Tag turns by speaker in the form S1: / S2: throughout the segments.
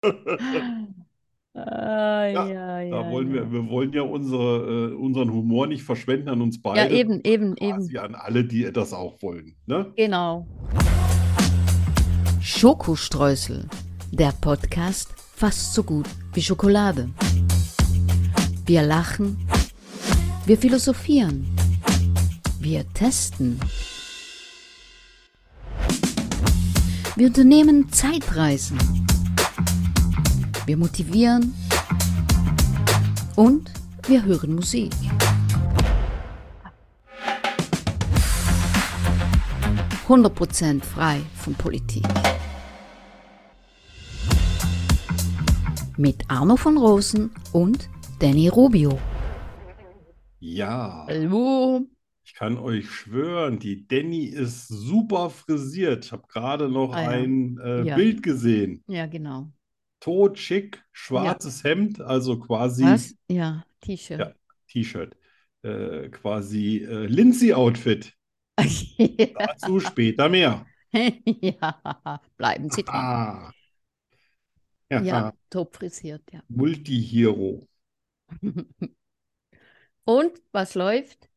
S1: Ai,
S2: Ja,
S1: ai,
S2: da
S1: ai,
S2: wollen wir,
S1: ai.
S2: wir wollen ja unsere, äh, unseren Humor nicht verschwenden an uns
S1: Ja,
S2: beide,
S1: eben,
S2: sondern
S1: eben, eben.
S2: quasi an alle, die das auch wollen. Ne?
S1: Genau.
S3: Schokostreusel, der Podcast fast so gut wie Schokolade. Wir lachen, wir philosophieren, wir testen, wir unternehmen Zeitreisen, wir motivieren und wir hören Musik. – 100% frei von Politik. Mit Arno von Rosen und Danny Rubio.
S2: Ja,
S1: Hallo.
S2: ich kann euch schwören, die Danny ist super frisiert. Ich habe gerade noch
S1: Ah ja,
S2: ein äh,
S1: ja,
S2: Bild gesehen.
S1: ja, genau.
S2: Totschick,
S1: Ja,
S2: schwarzes Hemd, also quasi,
S1: was? Ja, T-Shirt.
S2: ja, T-Shirt, äh, quasi äh, Lindsay-Outfit. Dazu später mehr.
S1: Ja, bleiben Sie dran.
S2: Ah,
S1: Ja,
S2: ja,
S1: top frisiert, ja.
S2: Multihero.
S1: Und was läuft?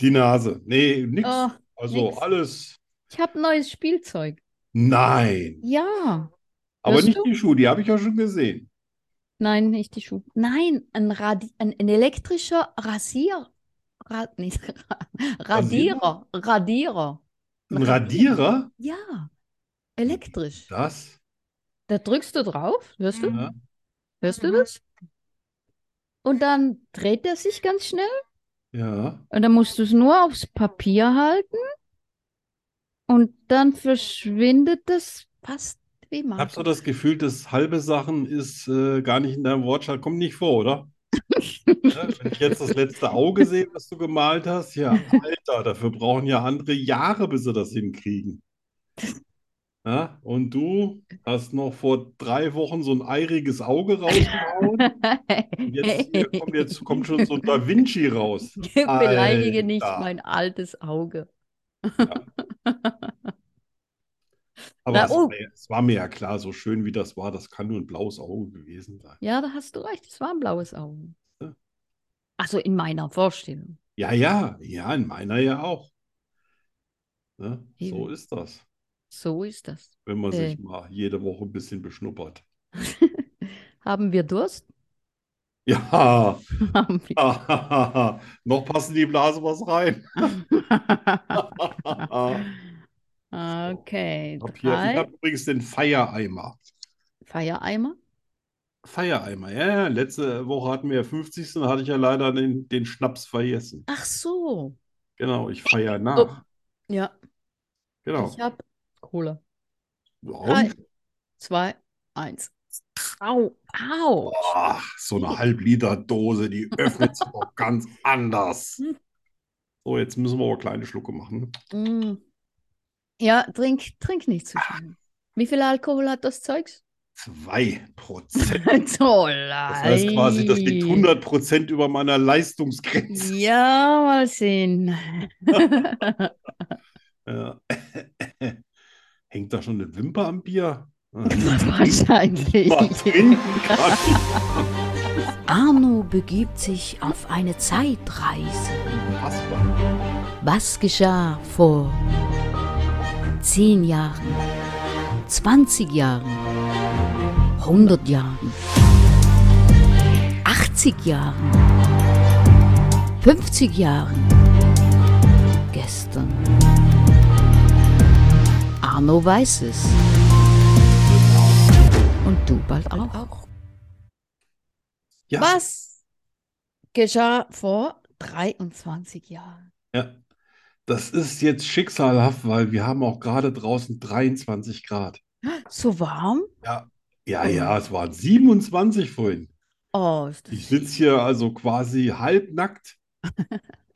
S2: Die Nase. Nee, nix.
S1: Oh,
S2: Also
S1: nix.
S2: alles.
S1: Ich habe neues Spielzeug.
S2: Nein.
S1: Ja,
S2: Aber
S1: hörst
S2: nicht
S1: du?
S2: die Schuhe, die habe ich ja schon gesehen.
S1: Nein, nicht die Schuhe. Nein, ein, Radi ein, ein elektrischer Rasier Ra nicht,
S2: Rasierer?
S1: Radierer, Radierer,
S2: Ein
S1: Radierer.
S2: Radierer?
S1: Ja, elektrisch.
S2: Das?
S1: Da drückst du drauf, hörst du?
S2: Ja.
S1: Hörst du das? Und dann dreht er sich ganz schnell.
S2: Ja.
S1: Und dann musst du es nur aufs Papier halten und dann verschwindet das fast wie
S2: Ich habe so
S1: Magic.
S2: das Gefühl, dass halbe Sachen ist äh, gar nicht in deinem Wortschatz, kommt nicht vor, oder? Ne? Wenn ich jetzt das letzte Auge sehe, was du gemalt hast, ja, Alter, dafür brauchen ja andere Jahre, bis sie das hinkriegen. Ja? Und du hast noch vor drei Wochen so ein eiriges Auge rausgehauen. Und jetzt hier kommt, jetzt kommt schon so ein Da Vinci raus.
S1: Beleidige nicht
S2: Alter.
S1: mein altes Auge.
S2: Ja, aber
S1: Na,
S2: es war,
S1: oh,
S2: mir- es war mir ja klar, so schön wie das war, das kann nur ein blaues Auge gewesen sein.
S1: ja, da hast du recht, es war ein blaues Auge.
S2: ne?
S1: Also in meiner Vorstellung.
S2: Ja, ja, ja, in meiner ja auch. Ne? So
S1: Eben,
S2: ist das,
S1: so ist das.
S2: wenn man
S1: Äh,
S2: sich mal jede Woche ein bisschen beschnuppert.
S1: haben wir Durst?
S2: Ja,
S1: Haben wir.
S2: noch passen die Blase was rein. So,
S1: Okay,
S2: hab hier, ich
S1: drei
S2: habe übrigens den Feiereimer.
S1: Feiereimer.
S2: Feiereimer, ja, ja, letzte Woche hatten wir ja 50. Dann hatte ich ja leider den, den Schnaps vergessen.
S1: Ach so.
S2: Genau, ich feiere
S1: Oh,
S2: nach.
S1: ja, ich
S2: Genau.
S1: habe Cola. Drei, Äh,
S2: Warum?
S1: zwei, eins. Au, au.
S2: Boah, Ah, so eine Halbliter-Dose, die öffnet sich doch ganz anders.
S1: Hm.
S2: So, jetzt müssen wir aber kleine Schlucke machen.
S1: Mm. Ja, trink, trink nicht zu schnell. Wie viel Alkohol hat das Zeugs?
S2: Zwei Prozent.
S1: Toll.
S2: Das heißt quasi, das liegt
S1: ei.
S2: 100 Prozent über meiner Leistungsgrenze.
S1: Ja, mal sehen. Hm.
S2: Ja. Hängt da schon eine Wimper am Bier? Mal
S1: Wahrscheinlich.
S2: trinken kann ich.
S3: Arno begibt sich auf eine Zeitreise.
S2: Unfassbar.
S3: Was geschah vor 10 Jahren, 20 Jahren, 100 Jahren, 80 Jahren, 50 Jahren, gestern? Arno weiß es. Und du bald auch.
S2: Ja,
S1: Was geschah vor 23 Jahren?
S2: ja. Das ist jetzt schicksalhaft, weil wir haben auch gerade draußen 23 Grad.
S1: So warm?
S2: Ja. Ja,
S1: Oh,
S2: ja, es waren 27 vorhin.
S1: oh, ist das
S2: Ich sitze
S1: schlimm.
S2: hier also quasi halbnackt,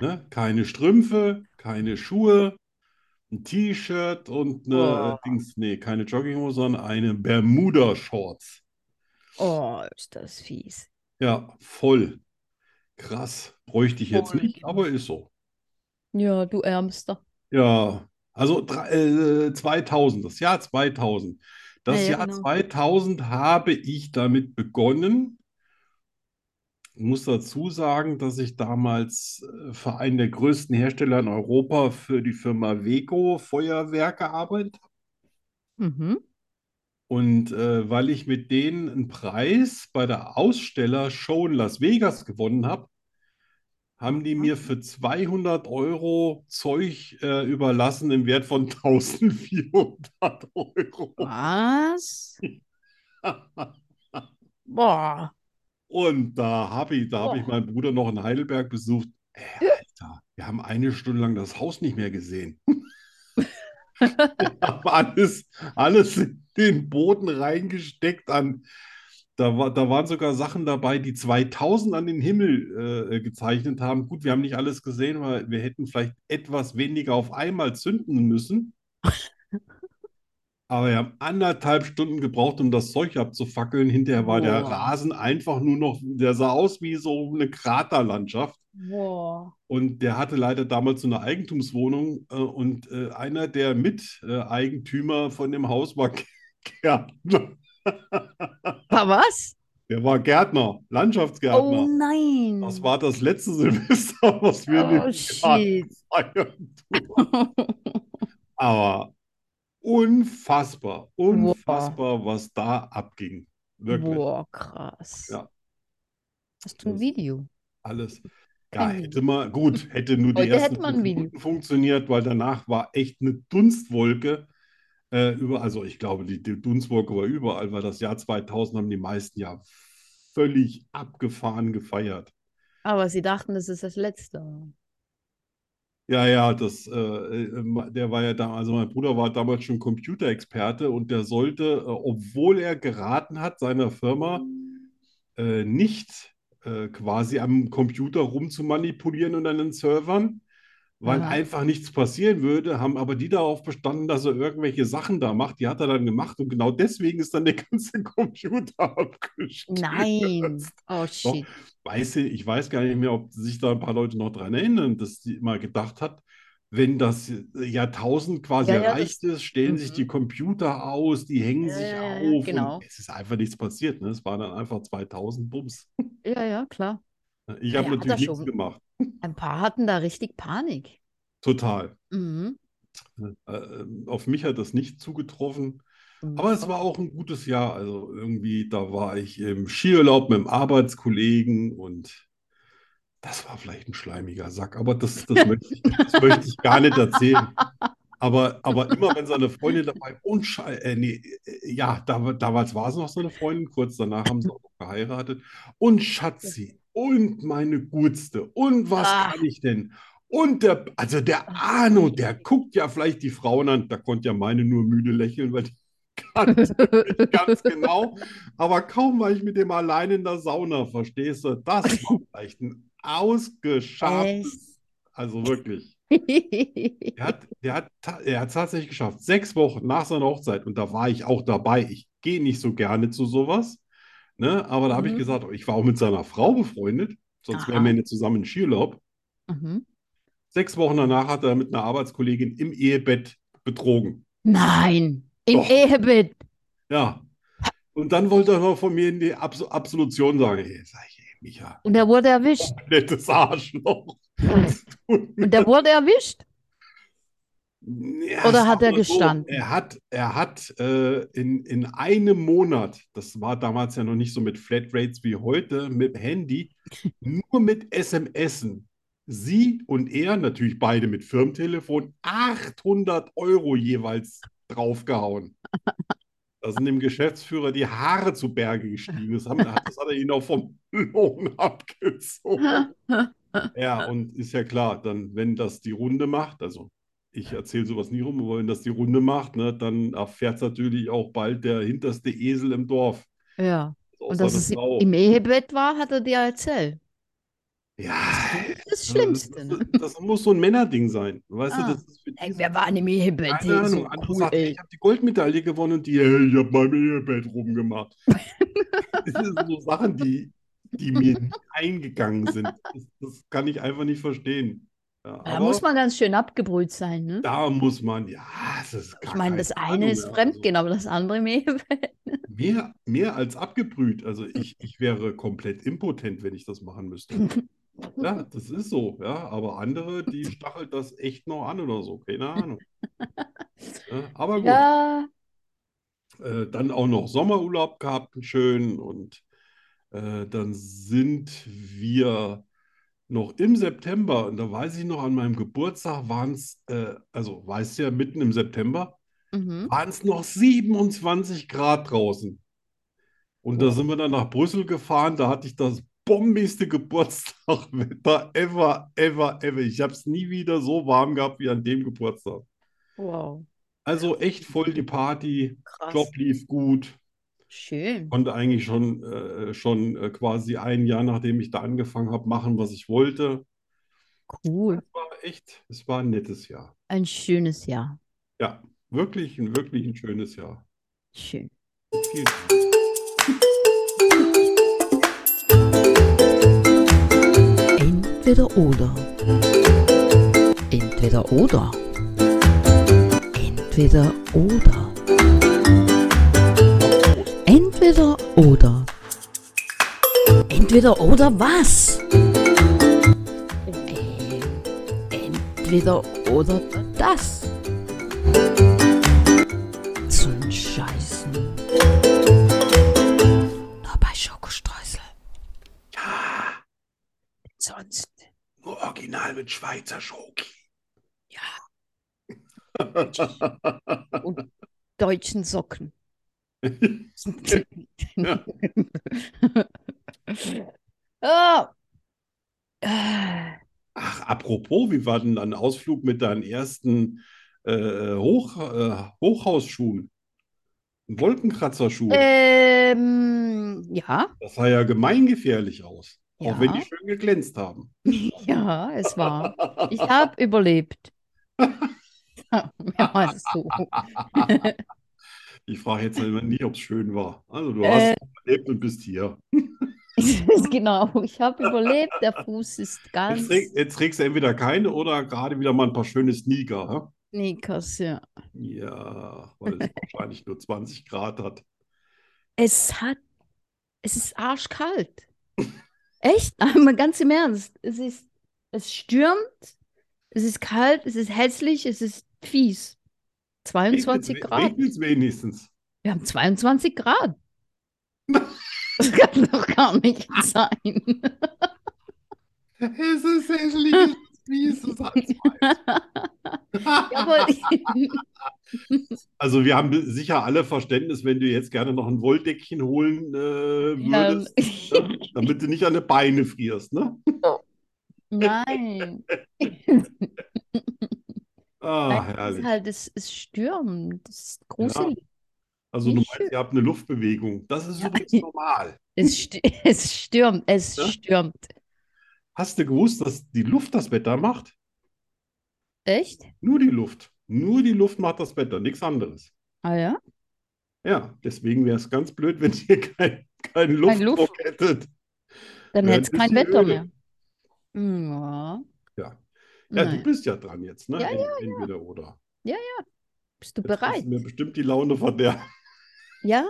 S2: ne? Keine Strümpfe, keine Schuhe, ein T-Shirt und eine, äh,
S1: Oh,
S2: Dings, nee, keine Jogginghose, sondern eine Bermuda-Shorts.
S1: oh, ist das fies.
S2: Ja, voll. Krass. Bräuchte ich jetzt
S1: Voll
S2: nicht, aber
S1: krass.
S2: ist so.
S1: Ja, du Ärmster.
S2: Ja, also drei- äh, 2000, das Jahr 2000. Das
S1: Ja, ja,
S2: Jahr
S1: genau.
S2: 2000 habe ich damit begonnen. Ich muss dazu sagen, dass ich damals äh, für einen der größten Hersteller in Europa für die Firma Weco Feuerwerk gearbeitet habe.
S1: Mhm.
S2: Und äh, weil ich mit denen einen Preis bei der Ausstellershow in Las Vegas gewonnen habe, haben die mir für 200 Euro Zeug äh, überlassen im Wert von 1400 Euro.
S1: Was? Boah.
S2: Und da habe ich, da habe ich meinen Bruder noch in Heidelberg besucht. Ey, Alter, wir haben eine Stunde lang das Haus nicht mehr gesehen. Wir haben alles, alles in den Boden reingesteckt an. Da war, da waren sogar Sachen dabei, die 2000 an den Himmel äh, gezeichnet haben. Gut, wir haben nicht alles gesehen, weil wir hätten vielleicht etwas weniger auf einmal zünden müssen. Aber wir haben anderthalb Stunden gebraucht, um das Zeug abzufackeln. Hinterher war der
S1: Boah.
S2: Rasen einfach nur noch, der sah aus wie so eine Kraterlandschaft.
S1: Boah.
S2: Und der hatte leider damals so eine Eigentumswohnung. Äh, und äh, einer der Miteigentümer von dem Haus war Gärtner.
S1: Pa, was?
S2: Der war Gärtner,
S1: Oh
S2: Landschaftsgärtner.
S1: nein.
S2: Das war das letzte Silvester, was wir in
S1: Oh
S2: dem
S1: shit.
S2: Jahr feiern. Aber unfassbar, unfassbar, was da abging. Wirklich.
S1: Boah, krass.
S2: Ja.
S1: Hast du ein Video?
S2: Alles. Ja,
S1: Kein
S2: hätte man, gut, hätte nur die
S1: Heute hätte
S2: ersten
S1: man
S2: fünf
S1: ein Video.
S2: Minuten funktioniert, weil danach war echt eine Dunstwolke. Äh, über, also ich glaube, die, die Dunstwolke war überall, weil das Jahr 2000 haben die meisten ja völlig abgefahren gefeiert.
S1: Aber sie dachten, das ist das Letzte.
S2: Ja, ja, das, äh, äh, der war ja da, also mein Bruder war damals schon Computerexperte und der sollte, äh, obwohl er geraten hat, seiner Firma äh, nicht äh, quasi am Computer rumzumanipulieren und an den Servern, weil
S1: Aha.
S2: einfach nichts passieren würde, haben aber die darauf bestanden, dass er irgendwelche Sachen da macht. Die hat er dann gemacht und genau deswegen ist dann der ganze Computer abgestürzt.
S1: Nein. Oh shit.
S2: Weiß ich, ich weiß gar nicht mehr, ob sich da ein paar Leute noch dran erinnern, dass die mal gedacht hat, wenn das Jahrtausend quasi
S1: Ja, ja, das-
S2: erreicht ist, stellen sich
S1: Mhm.
S2: die Computer aus, die hängen
S1: Ja,
S2: sich
S1: ja, ja,
S2: auf. und
S1: genau.
S2: es ist einfach nichts passiert. Ne? Es waren dann einfach 2000 Bums.
S1: Ja, ja, klar.
S2: Ich
S1: Ja,
S2: habe
S1: hat er
S2: natürlich nichts
S1: schon.
S2: gemacht.
S1: Ein paar hatten da richtig Panik.
S2: Total.
S1: Mhm.
S2: Äh, auf mich hat das nicht zugetroffen.
S1: Mhm.
S2: Aber es war auch ein gutes Jahr. Also irgendwie, da war ich im Skiurlaub mit einem Arbeitskollegen und das war vielleicht ein schleimiger Sack, aber das, das, möchte, ich, das möchte ich gar nicht erzählen. Aber, aber immer, wenn seine Freundin dabei und Schei- äh, nee, äh, ja, da, damals war es noch seine Freundin, kurz danach haben sie auch noch geheiratet. Und Schatzi und meine Gutste und was
S1: Ah.
S2: kann ich denn? Und der, also der Arno, der guckt ja vielleicht die Frauen an, da konnte ja meine nur müde lächeln, weil die kannte mich ganz genau. Aber kaum war ich mit dem allein in der Sauna, verstehst du? Das war vielleicht ein
S1: Äh.
S2: ausgeschafft.
S1: Echt?
S2: Also wirklich. Der hat, der hat, ta- er hat es tatsächlich geschafft. Sechs Wochen nach seiner Hochzeit, und da war ich auch dabei. Ich gehe nicht so gerne zu sowas. Ne? Aber da habe ich
S1: Mhm.
S2: gesagt, ich war auch mit seiner Frau befreundet, sonst
S1: Aha.
S2: wären wir nicht zusammen in Skiurlaub.
S1: mhm.
S2: Sechs Wochen danach hat er mit einer Arbeitskollegin im Ehebett betrogen.
S1: Nein. Im
S2: Doch.
S1: Ehebett.
S2: Ja. Und dann wollte er noch von mir in die Abs Absolution sagen. Ey, sag ich, ey, Micha,
S1: Und er wurde erwischt.
S2: nettes Arschloch.
S1: Und er wurde erwischt.
S2: Ja,
S1: Oder
S2: ich
S1: hat
S2: sag
S1: er
S2: mal so,
S1: gestanden?
S2: er hat, er hat äh, in, in einem Monat, das war damals ja noch nicht so mit Flatrates wie heute, mit dem Handy, nur mit SMSen. Sie und er, natürlich beide mit Firmentelefon, 800 Euro jeweils draufgehauen. Da sind dem Geschäftsführer die Haare zu Berge gestiegen. Das, haben, das hat er ihn auch vom Lohn abgezogen. Ja, und ist ja klar, dann, wenn das die Runde macht, also ich erzähle sowas nie rum, aber wenn das die Runde macht, ne, dann erfährt es natürlich auch bald der hinterste Esel im Dorf.
S1: Ja.
S2: Oh, Auch
S1: Und dass
S2: seine
S1: es
S2: Frau.
S1: im Ehebett war, hat er dir erzählt.
S2: Ja,
S1: Das Schlimmste.
S2: das,
S1: Ne?
S2: das, das muss so ein Männerding sein. Weißt du,
S1: Ah.
S2: das ist für
S1: Ey,
S2: diese-
S1: wer war in dem Ehebett?
S2: keine
S1: Hey,
S2: Ahnung.
S1: so
S2: Andere
S1: cool,
S2: sagt,
S1: ey.
S2: ich habe die Goldmedaille gewonnen und die, hey, ich habe mein Ehebett rumgemacht. Das sind so Sachen, die, die mir nie eingegangen sind. Das, das kann ich einfach nicht verstehen. Ja,
S1: Da
S2: aber
S1: muss man ganz schön abgebrüht sein, ne?
S2: da muss man, ja, es ist
S1: Ich
S2: gar
S1: meine,
S2: keine
S1: das
S2: Ahnung
S1: eine ist
S2: mehr.
S1: Fremdgehen, aber das andere mehr.
S2: Also mehr, mehr als abgebrüht. Also ich, ich wäre komplett impotent, wenn ich das machen müsste. Ja, das ist so, ja. Aber andere, die stachelt das echt noch an oder so. Keine Ahnung. Ja, aber gut.
S1: ja,
S2: Äh, dann auch noch Sommerurlaub gehabt, einen schönen. Und äh, dann sind wir noch im September. Und da weiß ich noch, an meinem Geburtstag waren es, äh, also weißt du ja, mitten im September,
S1: mhm.
S2: waren es noch 27 Grad draußen. Und da sind wir dann nach Brüssel gefahren. Da hatte ich das bombigste Geburtstagwetter ever, ever, ever. Ich habe es nie wieder so warm gehabt wie an dem Geburtstag.
S1: Wow,
S2: Also echt voll die Party.
S1: krass.
S2: Job lief gut.
S1: Schön.
S2: konnte eigentlich schon, äh, schon äh, quasi ein Jahr, nachdem ich da angefangen habe, machen, was ich wollte.
S1: Cool.
S2: War echt, es war ein nettes Jahr.
S1: Ein schönes Jahr.
S2: Ja, wirklich, ein, wirklich ein schönes Jahr.
S1: Schön.
S2: Vielen Dank.
S3: Entweder oder. Entweder oder. Entweder oder. Entweder oder. Entweder oder was? Ähm, Entweder oder das. Zum Scheißen. Nur bei Schokostreusel. Sonst.
S2: Nur original mit Schweizer Schoki.
S3: Ja.
S1: Deutschen Socken. Ah.
S2: Ja.
S1: Äh,
S2: Ach, apropos, wie war denn ein Ausflug mit deinen ersten äh, Hoch, äh, Hochhausschuhen? Wolkenkratzerschuhen?
S1: Äh. Ähm, ja,
S2: Das sah ja gemeingefährlich aus, auch wenn die
S1: Ja.
S2: schön geglänzt haben.
S1: ja, es war. Ich habe überlebt. Ja, Mehr als du.
S2: Ich frage jetzt immer nicht, ob es schön war. Also du hast
S1: Äh.
S2: überlebt und bist hier.
S1: Genau, ich habe überlebt. Der Fuß ist
S2: Jetzt,
S1: ganz
S2: träg, jetzt trägst du entweder keine oder gerade wieder mal ein paar schöne Sneaker.
S1: Sneakers, ja.
S2: hä? Ja, weil es wahrscheinlich nur 20 Grad hat.
S1: Es hat, es ist arschkalt. Echt? Aber ganz im Ernst. Es ist, es stürmt, es ist kalt, es ist hässlich, es ist fies. 22
S2: Regnet's-
S1: Grad.
S2: Regnet's wenigstens.
S1: Wir haben 22 Grad. Das kann doch gar nicht sein.
S2: Es ist hässlich, es ist fies, es hat zwei.
S1: Ja, aber
S2: Also wir haben sicher alle Verständnis, wenn du jetzt gerne noch ein Wolldeckchen holen äh,
S1: ähm,
S2: würdest, ne? damit du nicht an die Beine frierst, ne?
S1: nein.
S2: Ah,
S1: Nein, es
S2: herrlich.
S1: ist halt, es, es stürmt. Es ist gruselig.
S2: Also du
S1: Nicht
S2: meinst, ihr habt eine Luftbewegung. Das ist übrigens normal.
S1: Es, st es stürmt, es
S2: Ja?
S1: stürmt.
S2: Hast du gewusst, dass die Luft das Wetter macht?
S1: Echt?
S2: Nur die Luft. Nur die Luft macht das Wetter, nichts anderes.
S1: Ah ja?
S2: Ja, deswegen wäre es ganz blöd, wenn ihr kein, keinen
S1: Kein
S2: Luftdruck
S1: Luft.
S2: hättet.
S1: Dann
S2: Ja,
S1: hätte es
S2: ein
S1: kein
S2: bisschen
S1: Wetter
S2: öde.
S1: mehr. Ja.
S2: Ja. Ja, du
S1: Nein.
S2: bist ja dran jetzt, ne?
S1: Ja, ja,
S2: Ent- Entweder oder.
S1: Bist du
S2: Jetzt wirst
S1: bereit?
S2: du mir bestimmt die Laune verderben.
S1: Ja.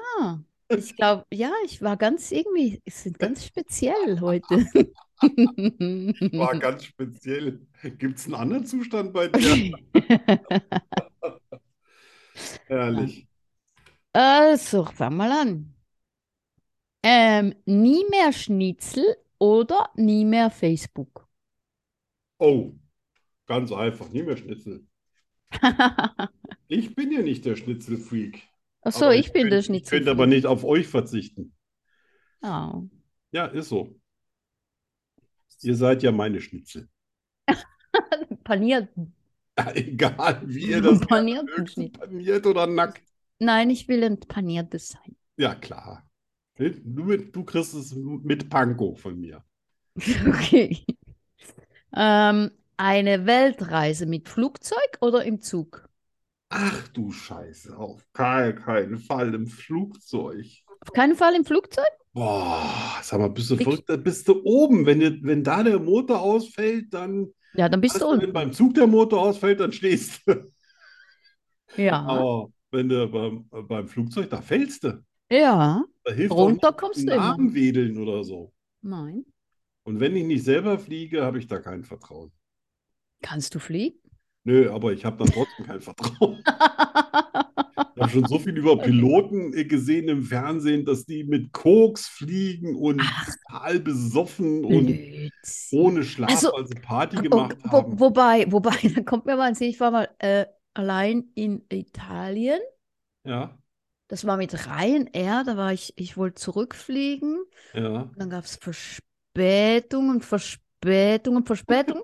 S1: Ich glaube, ja, ich war ganz irgendwie, es sind ganz speziell heute.
S2: War ganz speziell. Gibt es einen anderen Zustand bei dir? Ehrlich.
S1: Also, fang mal an. Ähm, nie mehr Schnitzel oder nie mehr Facebook.
S2: Oh, ganz einfach. Nie mehr Schnitzel. Ich bin ja nicht der Schnitzelfreak.
S1: Ach so,
S2: Aber
S1: ich bin
S2: könnte,
S1: der
S2: Ich könnte aber
S1: Schnitzelfreak.
S2: nicht auf euch verzichten.
S1: Ah.
S2: Ja, ist so. Ihr seid ja meine Schnitzel.
S1: Paniert,
S2: Egal, wie ihr das
S1: Paniert
S2: macht, höchstens
S1: nicht.
S2: paniert oder nackt.
S1: Nein, ich will ein paniertes sein.
S2: Ja, klar. Du, mit- du kriegst es mit Panko von mir.
S1: Okay. Ähm, eine Weltreise mit Flugzeug oder im Zug?
S2: Ach du Scheiße, auf gar keinen Fall im Flugzeug.
S1: Auf keinen Fall im Flugzeug?
S2: Boah, sag mal, bist du
S1: Ich-
S2: verrückt? Da bist du oben. Wenn, dir- wenn da der Motor ausfällt, dann
S1: Ja, dann bist
S2: Weißt
S1: du
S2: du,
S1: unten.
S2: wenn beim Zug der Motor ausfällt, dann stehst du.
S1: Ja.
S2: Aber wenn du beim, beim Flugzeug, da fällst du.
S1: Ja.
S2: Da hilft auch
S1: Runter
S2: nicht
S1: kommst
S2: ein
S1: du immer.
S2: Arm wedeln oder so.
S1: Nein.
S2: Und wenn ich nicht selber fliege, habe ich da kein Vertrauen.
S1: Kannst du fliegen?
S2: Nö, aber ich habe da trotzdem kein Vertrauen. Ich habe schon so viel über Piloten äh, gesehen im Fernsehen, dass die mit Koks fliegen und halb besoffen und
S1: Blödsinn.
S2: ohne Schlaf,
S1: Also,
S2: also Party
S1: Oh,
S2: gemacht
S1: wo,
S2: haben.
S1: Wobei, wobei, da kommt mir mal ins Sinn, ich war mal äh, allein in Italien.
S2: Ja,
S1: Das war mit Ryanair, da war ich, ich wollte zurückfliegen.
S2: ja.
S1: Dann gab es Verspätungen, Verspätungen, Verspätungen.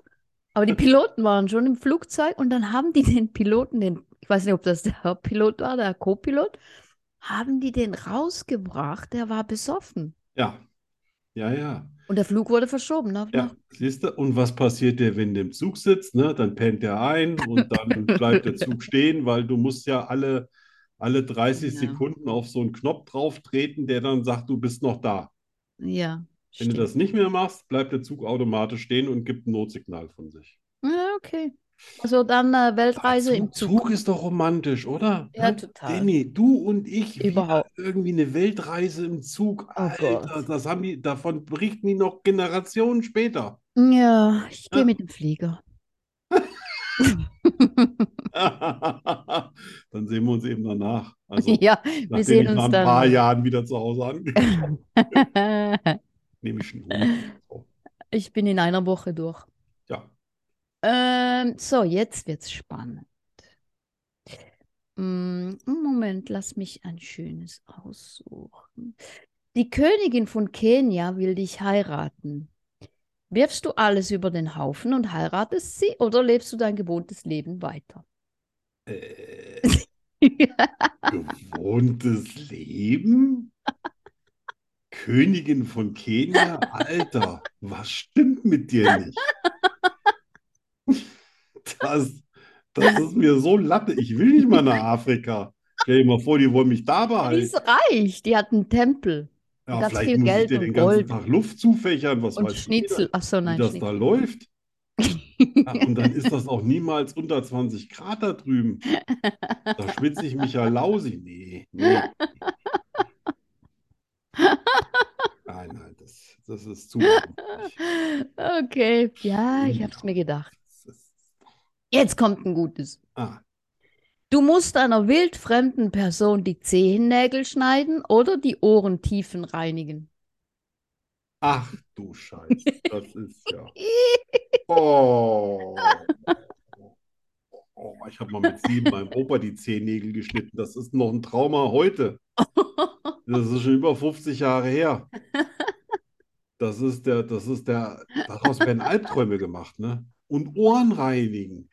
S1: Aber die Piloten waren schon im Flugzeug und dann haben die den Piloten, den, ich weiß nicht, ob das der Hauptpilot war, der Co-Pilot, haben die den rausgebracht, der war besoffen.
S2: Ja, ja, ja.
S1: Und der Flug wurde verschoben. Ne?
S2: Ja, siehst du, und was passiert dir, wenn du im Zug sitzt, ne? Dann pennt er ein und dann bleibt der Zug stehen, weil du musst ja alle, alle 30
S1: Ja.
S2: Sekunden auf so einen Knopf drauf treten, der dann sagt, du bist noch da.
S1: Ja,
S2: Wenn du das nicht mehr machst, bleibt der Zug automatisch stehen und gibt ein Notsignal von sich.
S1: stimmt. Ja, okay. Also dann äh, Weltreise im Zug.
S2: Zug ist doch romantisch, oder?
S1: Ja, total.
S2: Danny, du und ich, wir
S1: Überhaupt.
S2: irgendwie eine Weltreise im Zug.
S1: Oh Gott.
S2: Alter, das haben die, davon berichten die noch Generationen später.
S1: Ja, ich gehe
S2: Ja.
S1: mit dem Flieger.
S2: Dann sehen wir uns eben danach. Also,
S1: Ja,
S2: nachdem
S1: sehen
S2: ich
S1: uns
S2: nach ein
S1: dann.
S2: paar Jahren wieder zu Hause angekommen bin, nehme ich einen Hut. So,
S1: ich bin in einer Woche durch.
S2: Ja,
S1: Ähm, so, jetzt wird's spannend. Mm, Moment, lass mich ein schönes aussuchen. Die Königin von Kenia will dich heiraten. Wirfst du alles über den Haufen und heiratest sie oder lebst du dein gewohntes Leben weiter?
S2: äh, gewohntes Leben? Königin von Kenia? Alter, was stimmt mit dir nicht? Das, das ist mir so Latte. Ich will nicht mal nach Afrika. Stell dir mal vor, die wollen mich da
S1: Die
S2: behalten.
S1: ist reich, die hat einen Tempel
S2: Ja,
S1: Ganz
S2: vielleicht
S1: viel
S2: muss ich
S1: Geld
S2: dir den
S1: und
S2: ganzen
S1: Gold.
S2: Tag Luft zufächern, was
S1: und
S2: weiß ich,
S1: Schnitzel. Ach so, Oh
S2: wie
S1: nein,
S2: das da
S1: Schnitzel.
S2: läuft. Ja, und dann ist das auch niemals unter 20 Grad da drüben. Da schwitze ich mich ja lausig. Nee, nee. Nein, nein, das, das ist zu. Das
S1: Okay, ja, ich hab's mir gedacht.
S2: ist,
S1: Jetzt kommt ein gutes.
S2: ah,
S1: Du musst einer wildfremden Person die Zehennägel schneiden oder die Ohrentiefen reinigen.
S2: ach du Scheiße, das ist ja. Oh. Oh, ich habe mal mit sieben meinem Opa die Zehennägel geschnitten. Das ist noch ein Trauma heute. Das ist schon über 50 Jahre her. Das ist der, das ist der, daraus werden Albträume gemacht, ne? Und Ohren reinigen.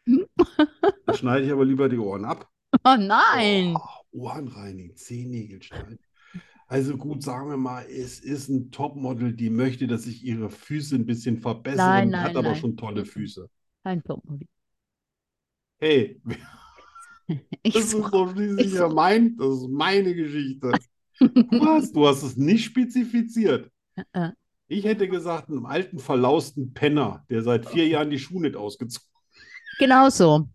S2: Da schneide ich aber lieber die Ohren ab.
S1: Oh nein!
S2: Oh, Ohren reinigen, Zehennägel schneiden. Also gut, sagen wir mal, es ist ein Topmodel, die möchte, dass ich ihre Füße ein bisschen verbessere,
S1: Nein,
S2: die hat
S1: nein,
S2: aber
S1: nein. Mhm.
S2: schon tolle Füße.
S1: Kein Topmodel.
S2: Hey,
S1: Ich
S2: das ist
S1: suche.
S2: doch schließlich
S1: ich
S2: ja mein, das ist meine Geschichte. Du hast, du hast es nicht spezifiziert.
S1: Äh.
S2: Ich hätte gesagt, einem alten, verlausten Penner, der seit vier Jahren die Schuhe nicht ausgezogen
S1: Genau so.
S2: hat.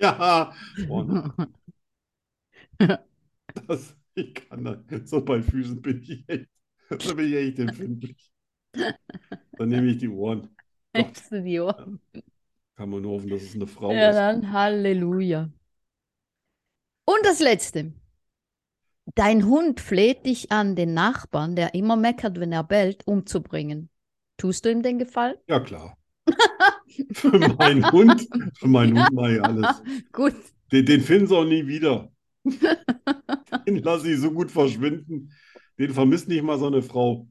S2: Ja, oh, nein, das, ich kann das. So bei Füßen bin ich echt, da bin ich echt empfindlich. Dann nehme ich die Ohren.
S1: Nimmst du die Ohren?
S2: Kann man nur hoffen, dass es eine Frau
S1: Ja,
S2: ist.
S1: dann Halleluja. Und das Letzte. Dein Hund fleht dich an, den Nachbarn, der immer meckert, wenn er bellt, umzubringen. Tust du ihm den Gefallen?
S2: Ja, klar. Für meinen Hund, für meinen Hund mache ich alles.
S1: Gut.
S2: Den, den finden sie auch nie wieder. Den lasse ich so gut verschwinden. Den vermisst nicht mal so eine Frau.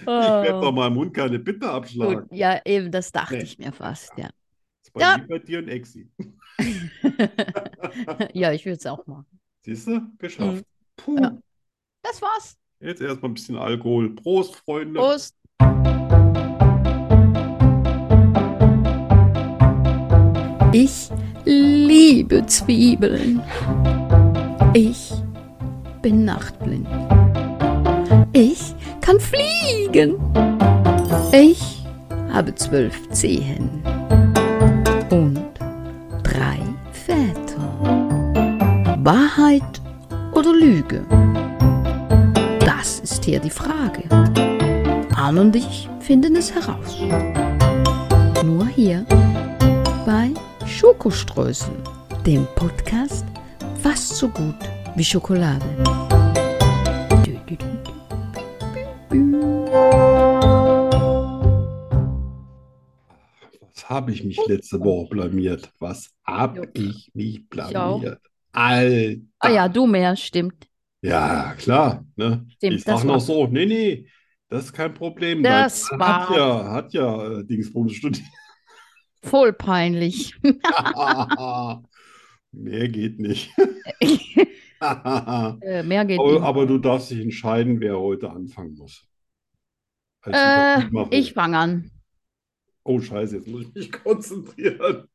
S2: Ich werde doch meinem Hund keine Bitte abschlagen.
S1: Gut, Oh. ja, eben, das dachte
S2: Nee.
S1: ich mir fast, ja.
S2: Das ist bei
S1: Ja.
S2: mir, bei dir und Exi.
S1: Ja, ich würde es auch machen.
S2: Siehst du? Geschafft. Puh.
S1: Mhm. Ja. Das war's.
S2: Jetzt erstmal ein bisschen Alkohol. Prost, Freunde.
S1: Prost.
S3: Ich liebe Zwiebeln. Ich bin nachtblind. Ich kann fliegen. Ich habe zwölf Zehen und drei Väter. Wahrheit oder Lüge? Das ist hier die Frage. Arne und ich finden es heraus. Nur hier bei Schokoströßen, dem Podcast fast so gut wie Schokolade. Dü, dü, dü.
S2: Was habe ich mich letzte Woche blamiert? Was
S1: Jo.
S2: habe ich mich
S1: auch.
S2: blamiert? Alter.
S1: Ah ja, du mehr, stimmt.
S2: Ja, klar. Ne?
S1: Stimmt,
S2: ich
S1: das
S2: sag noch
S1: war-
S2: so, nee, nee, das ist kein Problem.
S1: Das
S2: Dein Mann
S1: war-
S2: hat ja, hat ja äh, Dingsbums studiert.
S1: Voll peinlich.
S2: Mehr geht nicht. aber,
S1: Äh, mehr geht nicht.
S2: aber du darfst dich entscheiden, wer heute anfangen muss. Also,
S1: Äh,
S2: ich mach-
S1: ich fange an.
S2: Oh, scheiße, jetzt muss ich mich konzentrieren.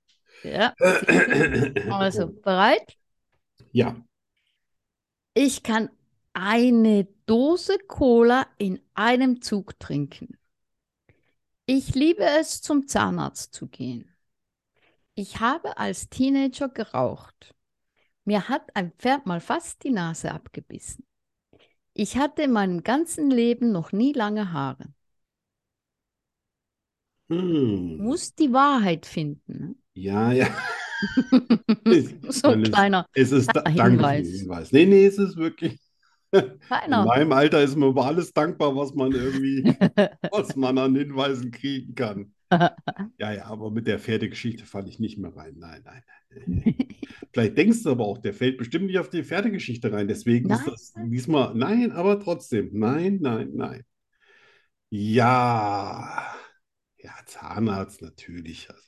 S1: Ja.
S2: Äh,
S1: Also,
S2: oh.
S1: bereit?
S2: Ja,
S1: Ich kann eine Dose Cola in einem Zug trinken. Ich liebe es, zum Zahnarzt zu gehen. Ich habe als Teenager geraucht. Mir hat ein Pferd mal fast die Nase abgebissen. Ich hatte in meinem ganzen Leben noch nie lange Haare.
S2: hm.
S1: Muss die Wahrheit finden.
S2: Ja, ja.
S1: ne? So ein
S2: Alles-
S1: kleiner,
S2: Es ist, da-
S1: Kleiner
S2: danke für den
S1: Hinweis. Genau.
S2: Hinweis. Nee, nee, es ist wirklich. In
S1: kleiner.
S2: meinem Alter ist man über alles dankbar, was man irgendwie, was man an Hinweisen kriegen kann. Ja, ja, aber mit der Pferdegeschichte falle ich nicht mehr rein. Nein, nein, nein, nein. Vielleicht denkst du aber auch, der fällt bestimmt nicht auf die Pferdegeschichte rein. Deswegen ist
S1: Nein.
S2: das diesmal, nein, aber trotzdem, nein, nein, nein. Ja, ja, Zahnarzt natürlich. Also,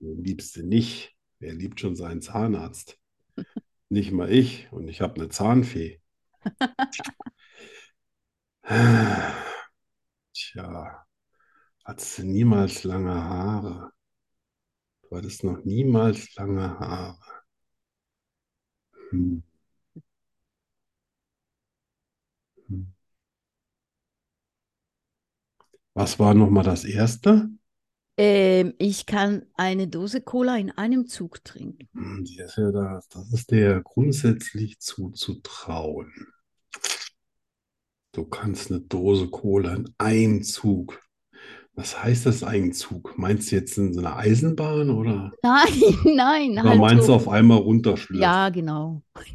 S2: den liebst du nicht. Wer liebt schon seinen Zahnarzt? Nicht mal ich. Und ich habe eine Zahnfee. Tja, hattest du niemals lange Haare? Du hattest noch niemals lange Haare. Hm. Hm. Was war nochmal das Erste?
S1: Ähm, ich kann eine Dose Cola in einem Zug trinken.
S2: Hm, die ist ja da, das ist dir grundsätzlich zuzutrauen. Du kannst eine Dose Cola in einem Zug. Was heißt das ein Zug? Meinst du jetzt in so einer Eisenbahn oder,
S1: Nein, nein,
S2: oder
S1: halt
S2: meinst
S1: so.
S2: du auf einmal runterschlürfen?
S1: Ja, genau.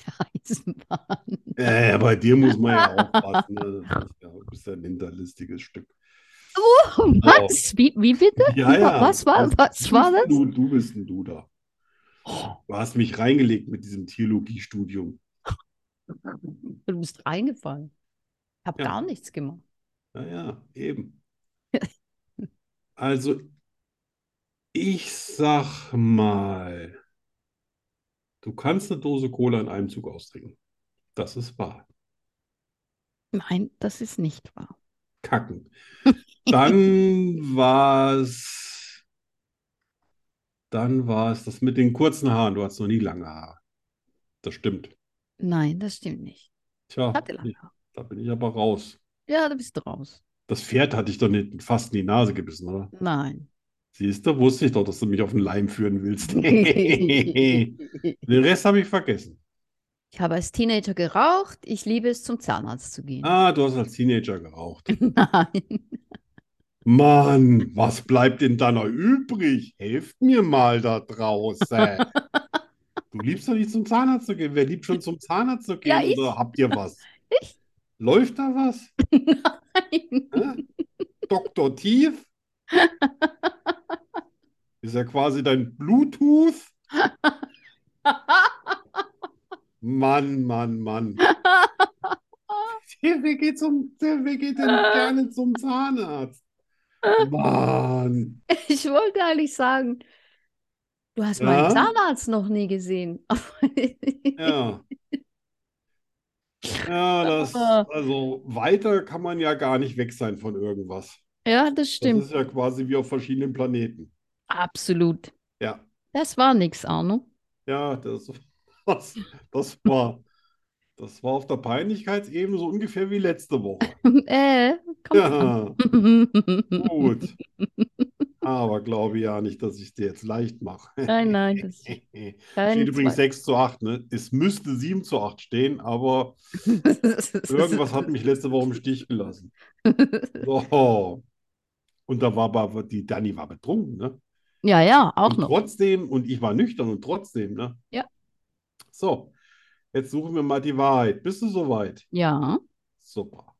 S1: Eisenbahn.
S2: Äh, bei dir muss man ja aufpassen. Ne? Das ist ja- Du bist ja ein hinterlistiges Stück.
S1: Was? Wie, wie bitte?
S2: Ja, ja. also
S1: Was war, was war das? Oh.
S2: Du, du bist ein Duder. Du hast mich reingelegt mit diesem Theologiestudium.
S1: Du bist reingefallen. Ich habe
S2: Ja.
S1: gar nichts gemacht.
S2: Naja, eben. Also, ich sag mal, du kannst eine Dose Cola in einem Zug austrinken. Das ist wahr.
S1: Nein, das ist nicht wahr.
S2: Kacken. Dann war's, dann war's das mit den kurzen Haaren. Du hattest noch nie lange Haare. Das stimmt.
S1: Nein, das stimmt nicht.
S2: Tja,
S1: Ich hatte lange Haare.
S2: da bin ich aber raus.
S1: Ja, du bist raus.
S2: Das Pferd hatte ich doch nicht fast in die Nase gebissen, oder?
S1: Nein.
S2: Siehst du, wusste ich doch, dass du mich auf den Leim führen willst. Den Rest habe ich vergessen.
S1: Ich habe als Teenager geraucht. Ich liebe es, zum Zahnarzt zu gehen.
S2: Ah, du hast als Teenager geraucht.
S1: Nein.
S2: Mann, was bleibt denn da noch übrig? Helft mir mal da draußen. Du liebst doch nicht zum Zahnarzt zu gehen. Wer liebt schon zum Zahnarzt zu
S1: Ja,
S2: gehen?
S1: ich.
S2: Oder habt ihr was?
S1: Ich.
S2: Läuft da was? Hä? Dr. Tief? Ist ja quasi dein Bluetooth? Mann, Mann, Mann. Der, wer geht zum, der, wer um, geht denn gerne zum Zahnarzt? Mann.
S1: Ich wollte eigentlich sagen, du hast
S2: Ja?
S1: meinen Zahnarzt noch nie gesehen.
S2: Ja. Ja, das, also weiter kann man ja gar nicht weg sein von irgendwas.
S1: Ja, das
S2: Das
S1: stimmt.
S2: ist ja quasi wie auf verschiedenen Planeten.
S1: Absolut.
S2: Ja,
S1: Das war nix, Arno.
S2: ja, das, das, das war, das war auf der Peinlichkeitsebene so ungefähr wie letzte Woche.
S1: Äh, Kommt
S2: Ja,
S1: dran.
S2: gut. Aber glaube ja nicht, dass ich es dir jetzt leicht mache.
S1: Nein, nein, das ist
S2: Steht
S1: kein
S2: übrigens
S1: Zweifel.
S2: 6 zu 8, ne? Es müsste 7 zu 8 stehen, aber irgendwas hat mich letzte Woche im Stich gelassen. So. Und da war aber, die Dani war betrunken, ne?
S1: Ja, ja, auch
S2: Und
S1: noch.
S2: trotzdem, und ich war nüchtern und trotzdem, ne?
S1: Ja.
S2: So, jetzt suchen wir mal die Wahrheit. Bist du soweit?
S1: Ja.
S2: Super.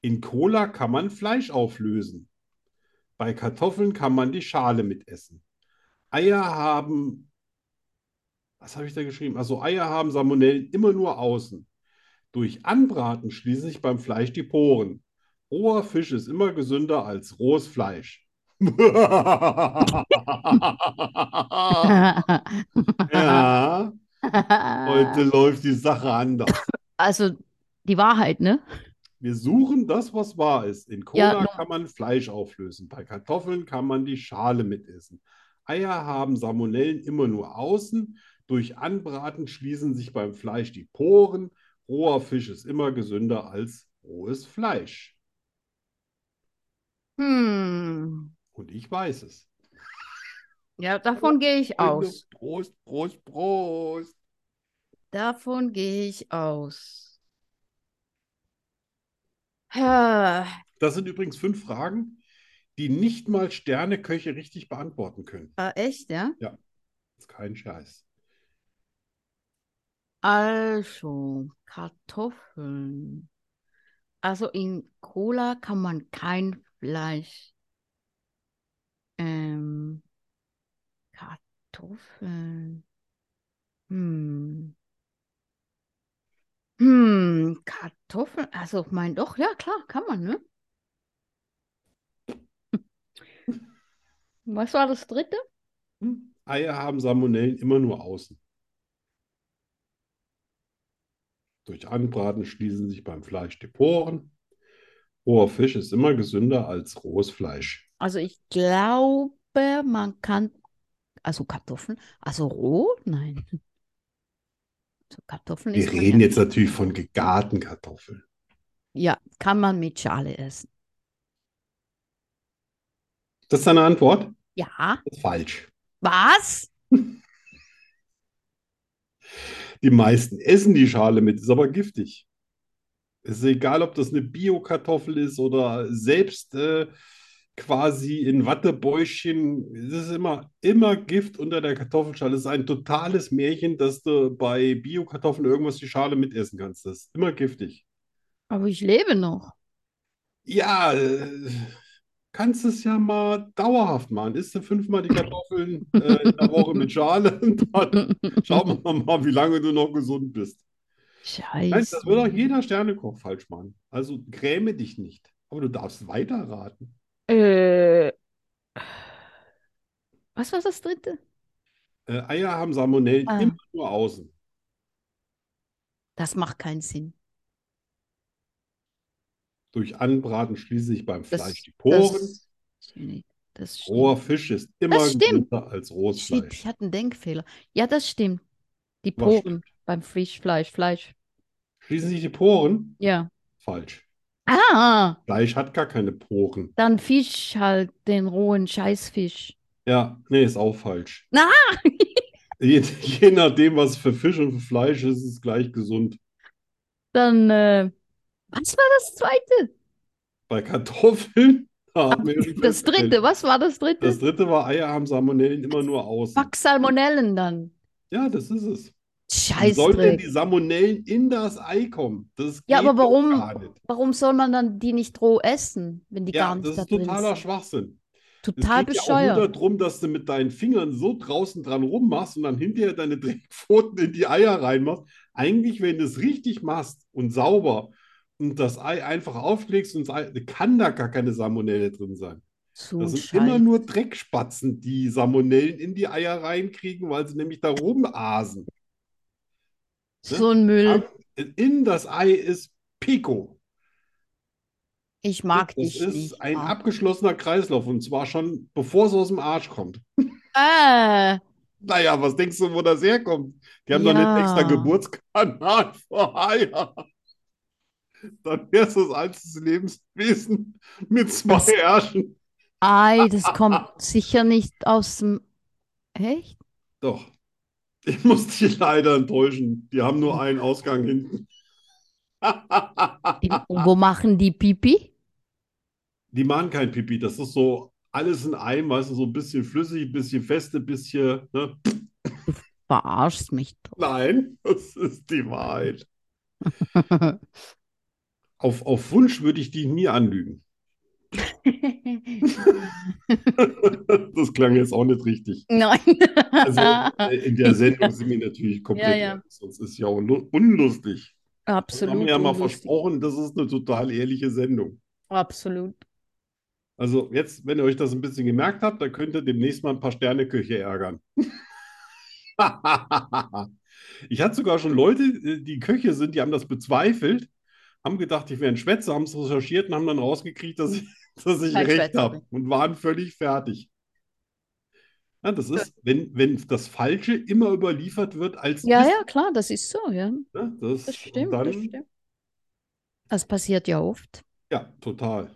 S2: In Cola kann man Fleisch auflösen. Bei Kartoffeln kann man die Schale mitessen. Eier haben, was habe ich da geschrieben? Also Eier haben Salmonellen immer nur außen. Durch Anbraten schließen sich beim Fleisch die Poren. Roher Fisch ist immer gesünder als rohes Fleisch. Ja, heute läuft die Sache anders.
S1: Also die Wahrheit, ne?
S2: Wir suchen das, was wahr ist. In
S1: Ja,
S2: Cola
S1: nun-
S2: kann man Fleisch auflösen. Bei Kartoffeln kann man die Schale mitessen. Eier haben Salmonellen immer nur außen. Durch Anbraten schließen sich beim Fleisch die Poren. Roher Fisch ist immer gesünder als rohes Fleisch.
S1: Hm.
S2: Und ich weiß es.
S1: Ja, davon gehe ich
S2: Genau.
S1: aus.
S2: Prost, Prost, Prost.
S1: Davon gehe ich aus. Ha,
S2: Das sind übrigens fünf Fragen, die nicht mal Sterneköche richtig beantworten können.
S1: ah, echt, ja?
S2: Das ist kein Scheiß.
S1: Also, Kartoffeln. Also in Cola kann man kein Fleisch. Ähm, Kartoffeln. Hm. Hm, Kartoffeln. Also, ich meine, doch, ja, klar, kann man, ne? Was war das dritte?
S2: Hm? Eier haben Salmonellen immer nur außen. Durch Anbraten schließen sich beim Fleisch die Poren. Roher Fisch ist immer gesünder als rohes Fleisch.
S1: Also ich glaube, man kann, also Kartoffeln, also roh? Nein. So Kartoffeln
S2: Wir
S1: isst man
S2: reden
S1: ja.
S2: jetzt natürlich von gegarten Kartoffeln.
S1: Ja, kann man mit Schale essen.
S2: Das ist deine Antwort?
S1: Ja,
S2: Das ist falsch.
S1: was?
S2: Die meisten essen die Schale mit, ist aber giftig. Es ist egal, ob das eine Bio-Kartoffel ist oder selbst äh, quasi in Wattebäuschen. Es ist immer, immer Gift unter der Kartoffelschale. Es ist ein totales Märchen, dass du bei Bio-Kartoffeln irgendwas die Schale mitessen kannst. Das ist immer giftig.
S1: Aber ich lebe noch.
S2: Ja, äh, kannst es ja mal dauerhaft machen. Isst du fünfmal die Kartoffeln äh, in der Woche mit Schale und dann schauen wir mal, wie lange du noch gesund bist. Nein, das
S1: Scheiße.
S2: würde auch jeder Sternekoch falsch machen. Also gräme dich nicht. Aber du darfst weiterraten.
S1: Äh, was war das dritte?
S2: Äh, Eier haben Salmonellen
S1: Ah.
S2: immer nur außen.
S1: Das macht keinen Sinn.
S2: Durch Anbraten schließen sich beim
S1: Das-
S2: Fleisch die Poren.
S1: Das stimmt nicht. Das stimmt.
S2: Roher Fisch ist immer
S1: Das stimmt.
S2: gesünder als rohes
S1: Shit,
S2: Fleisch.
S1: ich hatte einen Denkfehler. Ja, das stimmt. Die
S2: Was stimmt?
S1: Poren beim Fisch, Fleisch, Fleisch.
S2: Schließen sich die Poren?
S1: Ja.
S2: Falsch.
S1: Ah,
S2: Fleisch hat gar keine Poren.
S1: dann Fisch halt, den rohen Scheißfisch.
S2: Ja, nee, ist auch falsch.
S1: Na!
S2: Je, je nachdem, was für Fisch und für Fleisch ist, ist es gleich gesund.
S1: Dann, äh, was war das zweite?
S2: Bei Kartoffeln haben wir schon
S1: Das
S2: festgestellt.
S1: dritte, was war das dritte?
S2: Das dritte war Eier haben Salmonellen immer nur außen.
S1: Fuck Salmonellen dann.
S2: Ja, das ist es. Wie sollen denn
S1: Scheißdreck.
S2: die Salmonellen in das Ei kommen? Das
S1: Ja,
S2: geht
S1: aber
S2: doch
S1: warum-
S2: gar nicht.
S1: Warum soll man dann die nicht roh essen, wenn die
S2: Ja,
S1: gar nicht
S2: das
S1: da
S2: ist
S1: drin
S2: totaler
S1: sind?
S2: Schwachsinn. Es
S1: Total
S2: geht ja auch nur
S1: bescheuert.
S2: darum, dass du mit deinen Fingern so draußen dran rummachst und dann hinterher deine Dreckpfoten in die Eier reinmachst. Eigentlich, wenn du es richtig machst und sauber und das Ei einfach auflegst und das Ei, kann da gar keine Salmonelle drin sein.
S1: So
S2: Das
S1: ein
S2: sind immer
S1: Scheiß.
S2: nur Dreckspatzen, die Salmonellen in die Eier reinkriegen, weil sie nämlich da rumasen.
S1: So
S2: ne?
S1: ein Müll.
S2: In das Ei ist Pico.
S1: Ich mag
S2: Das
S1: dich
S2: ist
S1: nicht.
S2: ein
S1: Ah.
S2: abgeschlossener Kreislauf und zwar schon bevor es aus dem Arsch kommt.
S1: Äh,
S2: Naja, was denkst du, wo das herkommt? Die haben doch
S1: Ja.
S2: nicht extra Geburtskanal für Eier. dann wärst du das einzige Lebenswesen mit zwei Herrschen.
S1: Ei, das kommt sicher nicht aus dem. Echt?
S2: Doch. Ich muss dich leider enttäuschen. Die haben nur einen Ausgang hinten.
S1: Die-
S2: Ah,
S1: Und wo machen die Pipi?
S2: Die machen kein Pipi. Das ist so alles in einem, weißt du, so ein bisschen flüssig, ein bisschen feste, ein bisschen. Ne?
S1: Verarschst mich doch.
S2: Nein, das ist die Wahrheit. Auf, auf Wunsch würde ich die nie anlügen. Das klang jetzt auch nicht richtig.
S1: Nein.
S2: Also äh, in der Sendung sind wir natürlich komplett
S1: ja.
S2: ehrlich, sonst ist ja unlu- unlustig. Wir
S1: Absolut.
S2: haben wir ja mal
S1: unlustig.
S2: versprochen, das ist eine total ehrliche Sendung.
S1: Absolut.
S2: Also jetzt, wenn ihr euch das ein bisschen gemerkt habt, dann könnt ihr demnächst mal ein paar Sterneküche ärgern. Ich hatte sogar schon Leute, äh, die Köche sind, die haben das bezweifelt, haben gedacht, ich wäre ein Schwätzer, haben es recherchiert und haben dann rausgekriegt, dass ich, dass ich
S1: Kein
S2: recht
S1: Schwätzer
S2: habe und waren völlig fertig. Ja, das ist, wenn, wenn das Falsche immer überliefert wird als
S1: Ja,
S2: ist,
S1: ja, klar, das ist so, ja.
S2: ne? Das,
S1: Das
S2: und
S1: stimmt,
S2: dann,
S1: das stimmt. Das passiert ja oft.
S2: ja, total.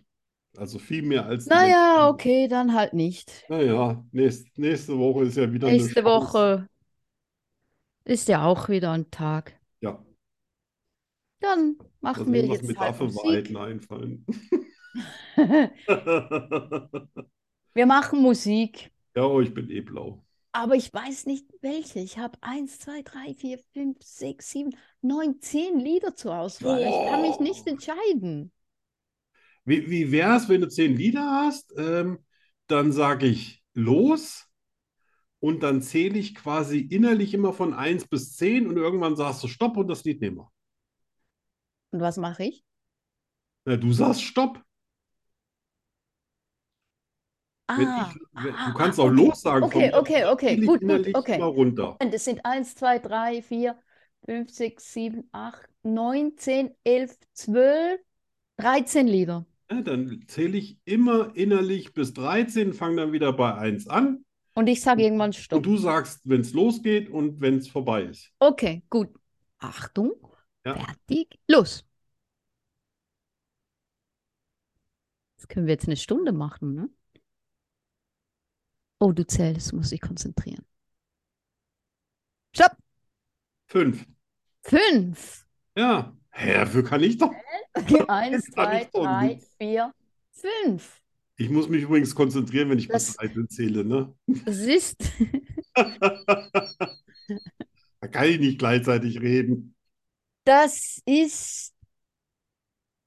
S2: Also viel mehr als die
S1: Naja,
S2: letzten-
S1: okay, dann halt nicht.
S2: Naja, nächst, nächste Woche ist ja wieder eine
S1: Nächste
S2: Chance.
S1: Woche ist ja auch wieder ein Tag.
S2: Ja,
S1: Dann
S2: lass
S1: machen
S2: mir
S1: wir
S2: was
S1: jetzt
S2: Also mit ne?
S1: halt
S2: Affeweiten einfallen.
S1: Musik.
S2: Ja,
S1: Wir machen Musik,
S2: oh, ich bin eh blau.
S1: aber ich weiß nicht welche. Ich habe eins, zwei, drei, vier, fünf, sechs, sieben, neun, zehn Lieder zur Auswahl. Ich kann mich
S2: Boah.
S1: nicht entscheiden.
S2: Wie, wie wär's, wenn du zehn Lieder hast? Ähm, dann sage ich los und dann zähle ich quasi innerlich immer von 1 bis 10 und irgendwann sagst du Stopp und das Lied nehmen wir.
S1: Und was mache ich?
S2: Na, du sagst Stopp. Wenn
S1: Ah,
S2: ich, wenn,
S1: ah,
S2: du kannst
S1: ah,
S2: auch
S1: okay.
S2: los sagen von
S1: Okay,
S2: mir,
S1: okay,
S2: dann
S1: okay,
S2: zähle ich
S1: gut, gut,
S2: innerlich
S1: okay.
S2: immer runter.
S1: Und es sind 1, 2, 3, 4, 5, 6, 7, 8, 9, 10, 11, 12, 13 Lieder.
S2: Ja, dann zähle ich immer innerlich bis 13, fange dann wieder bei 1 an
S1: Und ich sage irgendwann
S2: und
S1: Stopp.
S2: du sagst, wenn es losgeht und wenn es vorbei ist.
S1: Okay, gut. Achtung,
S2: Ja.
S1: fertig, los. Das können wir jetzt eine Stunde machen, ne? Oh, du zählst, muss ich konzentrieren. Stopp!
S2: 5.
S1: Fünf!
S2: Ja, hä, dafür kann ich doch.
S1: Eins,
S2: Das kann
S1: zwei,
S2: ich doch
S1: drei,
S2: nicht.
S1: vier, fünf.
S2: Ich muss mich übrigens konzentrieren, wenn ich bis
S1: Das-
S2: 13 zähle, ne?
S1: Das ist.
S2: Da kann ich nicht gleichzeitig reden.
S1: Das ist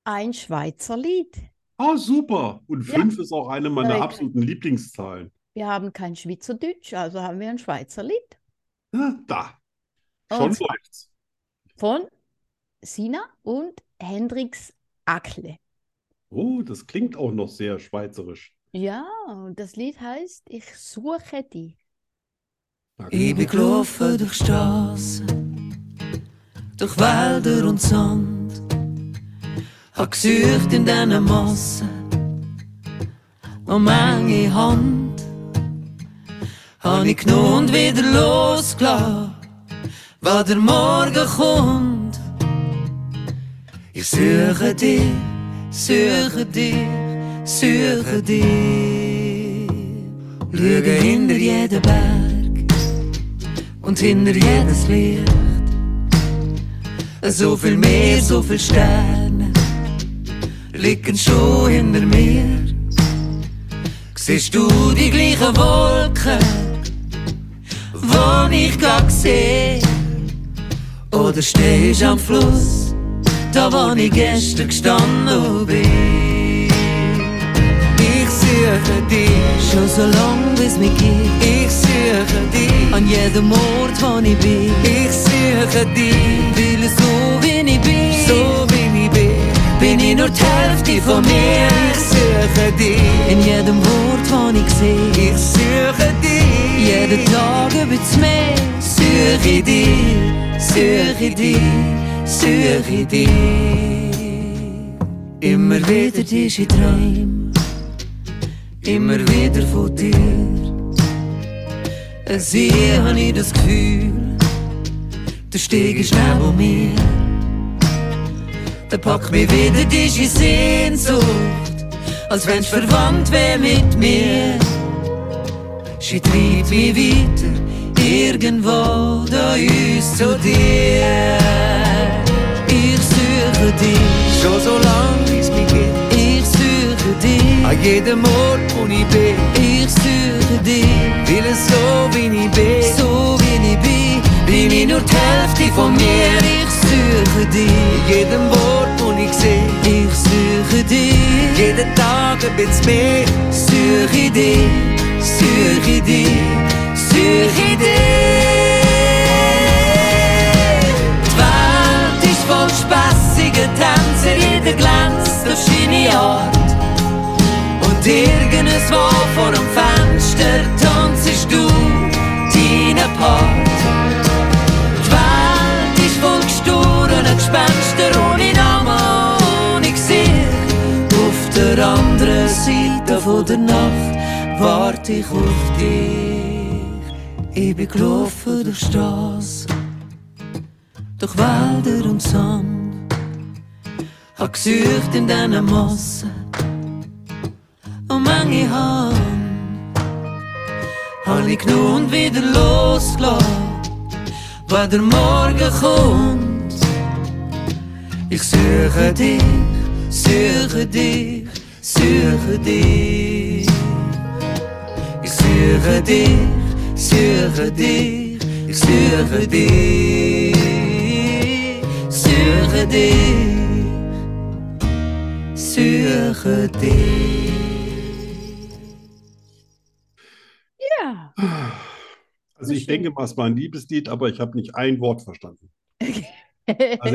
S1: ein Schweizer Lied.
S2: Oh, super. Und
S1: Ja.
S2: 5 ist auch eine meiner
S1: Egal.
S2: absoluten Lieblingszahlen.
S1: Wir haben kein Schweizerdeutsch, also haben wir ein Schweizer Lied
S2: Ja, da,
S1: Und
S2: schon
S1: zwar-
S2: läuft's.
S1: von Sina und Hendrix Ackle.
S2: Oh, das klingt auch noch sehr schweizerisch.
S1: Ja, und das Lied heißt Ich suche dich.
S2: Danke.
S4: Ich bin gelaufen durch Straßen, durch Wälder und Sand. Hab gesucht in diesen Massen, noch Menge Hand. Hab ich genommen und wieder losgelassen, weil der Morgen kommt. Ich suche dich, suche dich, suche dich. Lüge hinter jeden Berg und hinter jedes Licht. So viel mehr, so viel Sterne liegen schon hinter mir. Siehst du die gleichen Wolken, wo ich grad sehe? Oder stehst am Fluss, da wo ich gestern gestanden bin? Ich suche dich schon so lang, bis mir gibt. Ich suche dich an jedem Ort, wo ich bin. Ich suche dich, weil so wie ich bin, so wie ich bin, bin ich nur die Hälfte von mir. Ich suche dich in jedem Wort, wo ich sehe. Ich suche dich jeden Tag übers Meer. Suche dich, suche dich, suche dich. Immer wieder diese Träume immer wieder von dir. Sie habe ich das Gefühl, der Steg ist neben mir. Dann pack mich wieder diese Sehnsucht, als wenn's verwandt wär mit mir. Sie treibt mich weiter, irgendwo da uns zu dir. Ich suche dich,
S5: Schon so lang wie es mich gibt,
S4: ich suche dich,
S5: an jedem Ort, wo ich bin,
S4: ich suche dich,
S5: will es so, wie ich bin.
S4: so wie ich bin, bin ich nur die Hälfte von mir. Ich suche dich,
S5: In jedem Wort, wo ich sehe,
S4: ich suche dich.
S5: jeden Tag ein bisschen mehr.
S4: Sur idée, sur idée, sur idee. Die Welt ist voll spassiger Tänzer, jeder glänzt auf seine Art. Und irgendwo vor dem Fenster tanzest du deinen Part. Die Welt ist voll gestohlenen Gespenster ohne Namen, ohne Gesicht. Auf der anderen Seite von der Nacht warte ich auf dich. Ich bin gelaufen durch Straßen, durch Wälder und Sand. Hab gesucht in diesen Massen und Menge Hand. Hab ich genommen und wieder losgelassen wenn der er Morgen kommt. Ich suche dich, suche dich, suche dich. Ich suche dich, suche dich, ich suche dich, suche dich, suche dich.
S1: Ja.
S2: Also ich denke mal, es war ein Liebeslied, aber ich habe nicht ein Wort verstanden. Also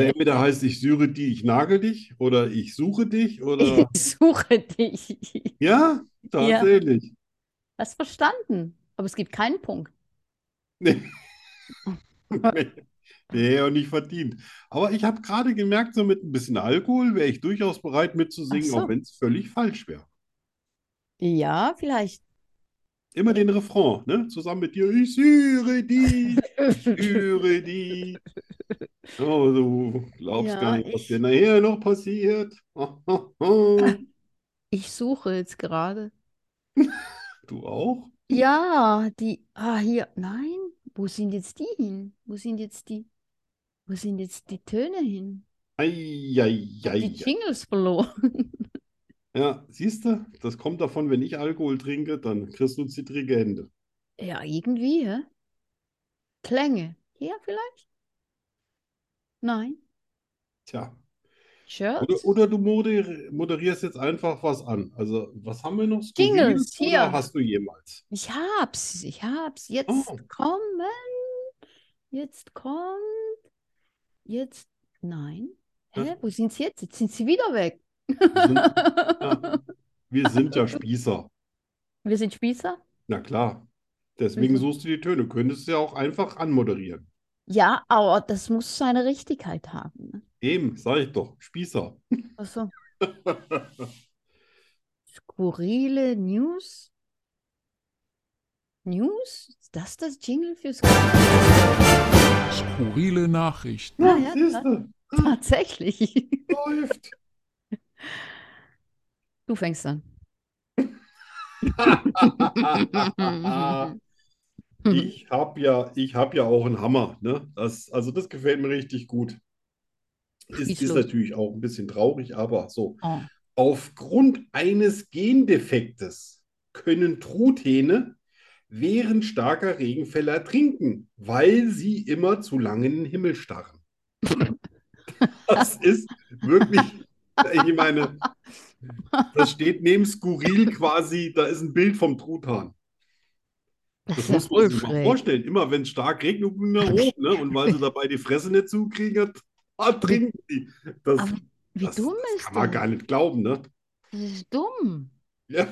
S1: Äh.
S2: entweder heißt ich süre die, ich nagel dich oder ich suche dich oder
S1: Ich suche dich.
S2: ja, tatsächlich.
S1: Hast verstanden? Aber es gibt keinen Punkt.
S2: Nee, und nicht verdient. Aber ich habe gerade gemerkt, so mit ein bisschen Alkohol wäre ich durchaus bereit mitzusingen,
S1: Ach so.
S2: auch wenn es völlig falsch wäre.
S1: Ja, vielleicht.
S2: Immer den Refrain, ne? Zusammen mit dir, ich süre die, süre die. Oh, du glaubst
S1: Ja,
S2: gar nicht, was
S1: ich-
S2: dir nachher noch passiert. Du
S1: Ich suche jetzt gerade.
S2: auch?
S1: Ja, die. Ah, hier. Nein. Wo sind jetzt die hin? Wo sind jetzt die? Wo sind jetzt die Töne hin? Die
S2: Eieiei.
S1: Jingles verloren.
S2: Ja, siehst du, das kommt davon, wenn ich Alkohol trinke, dann kriegst du zittrige Hände.
S1: Ja, irgendwie, hä? Klänge. Ja, vielleicht? Nein.
S2: Tja.
S1: Shirt?
S2: Oder, oder du moder- moderierst jetzt einfach was an. Also, was haben wir noch?
S1: Jingles,
S2: Skurriles
S1: hier.
S2: Oder hast du jemals?
S1: Ich hab's, ich hab's. Jetzt
S2: Oh.
S1: kommen. Jetzt kommt. Jetzt. Nein. Hä?
S2: Ja.
S1: Wo sind sie jetzt? Jetzt sind sie wieder weg.
S2: Wir sind, ja, wir sind ja Spießer.
S1: Wir sind Spießer?
S2: Na klar. Deswegen
S1: Mhm.
S2: suchst du die Töne. Könntest du ja auch einfach anmoderieren.
S1: Ja, aber das muss seine Richtigkeit haben. Ne?
S2: Eben, sag ich doch. Spießer.
S1: Also. Skurrile News? News? Ist das das Jingle für Skurrile?
S6: Skurrile Nachrichten.
S1: Ja, ja,
S2: siehst
S1: ta-
S2: du,
S1: tatsächlich.
S2: läuft.
S1: Du fängst an.
S2: Ich habe ja, ich hab ja auch einen Hammer. Ne? Das, also, das gefällt mir richtig gut.
S1: Schieß
S2: Ist, ist
S1: los.
S2: natürlich auch ein bisschen traurig, aber so.
S1: Oh.
S2: Aufgrund eines Gendefektes können Truthähne während starker Regenfälle ertrinken, weil sie immer zu lange in den Himmel starren. Das ist wirklich, ich meine, das steht neben skurril quasi, da ist ein Bild vom Truthahn.
S1: Das
S2: Das
S1: ist ja
S2: muss man
S1: voll
S2: sich mal
S1: schräg.
S2: vorstellen. Immer wenn es stark regnet, gucken die nach oben, ne? Und weil sie dabei die Fresse nicht zukriegen, ertrinken die. Das,
S1: Aber Wie
S2: das,
S1: dumm
S2: das
S1: ist
S2: kann man
S1: das?
S2: gar nicht glauben, ne?
S1: Das ist dumm.
S2: Ja.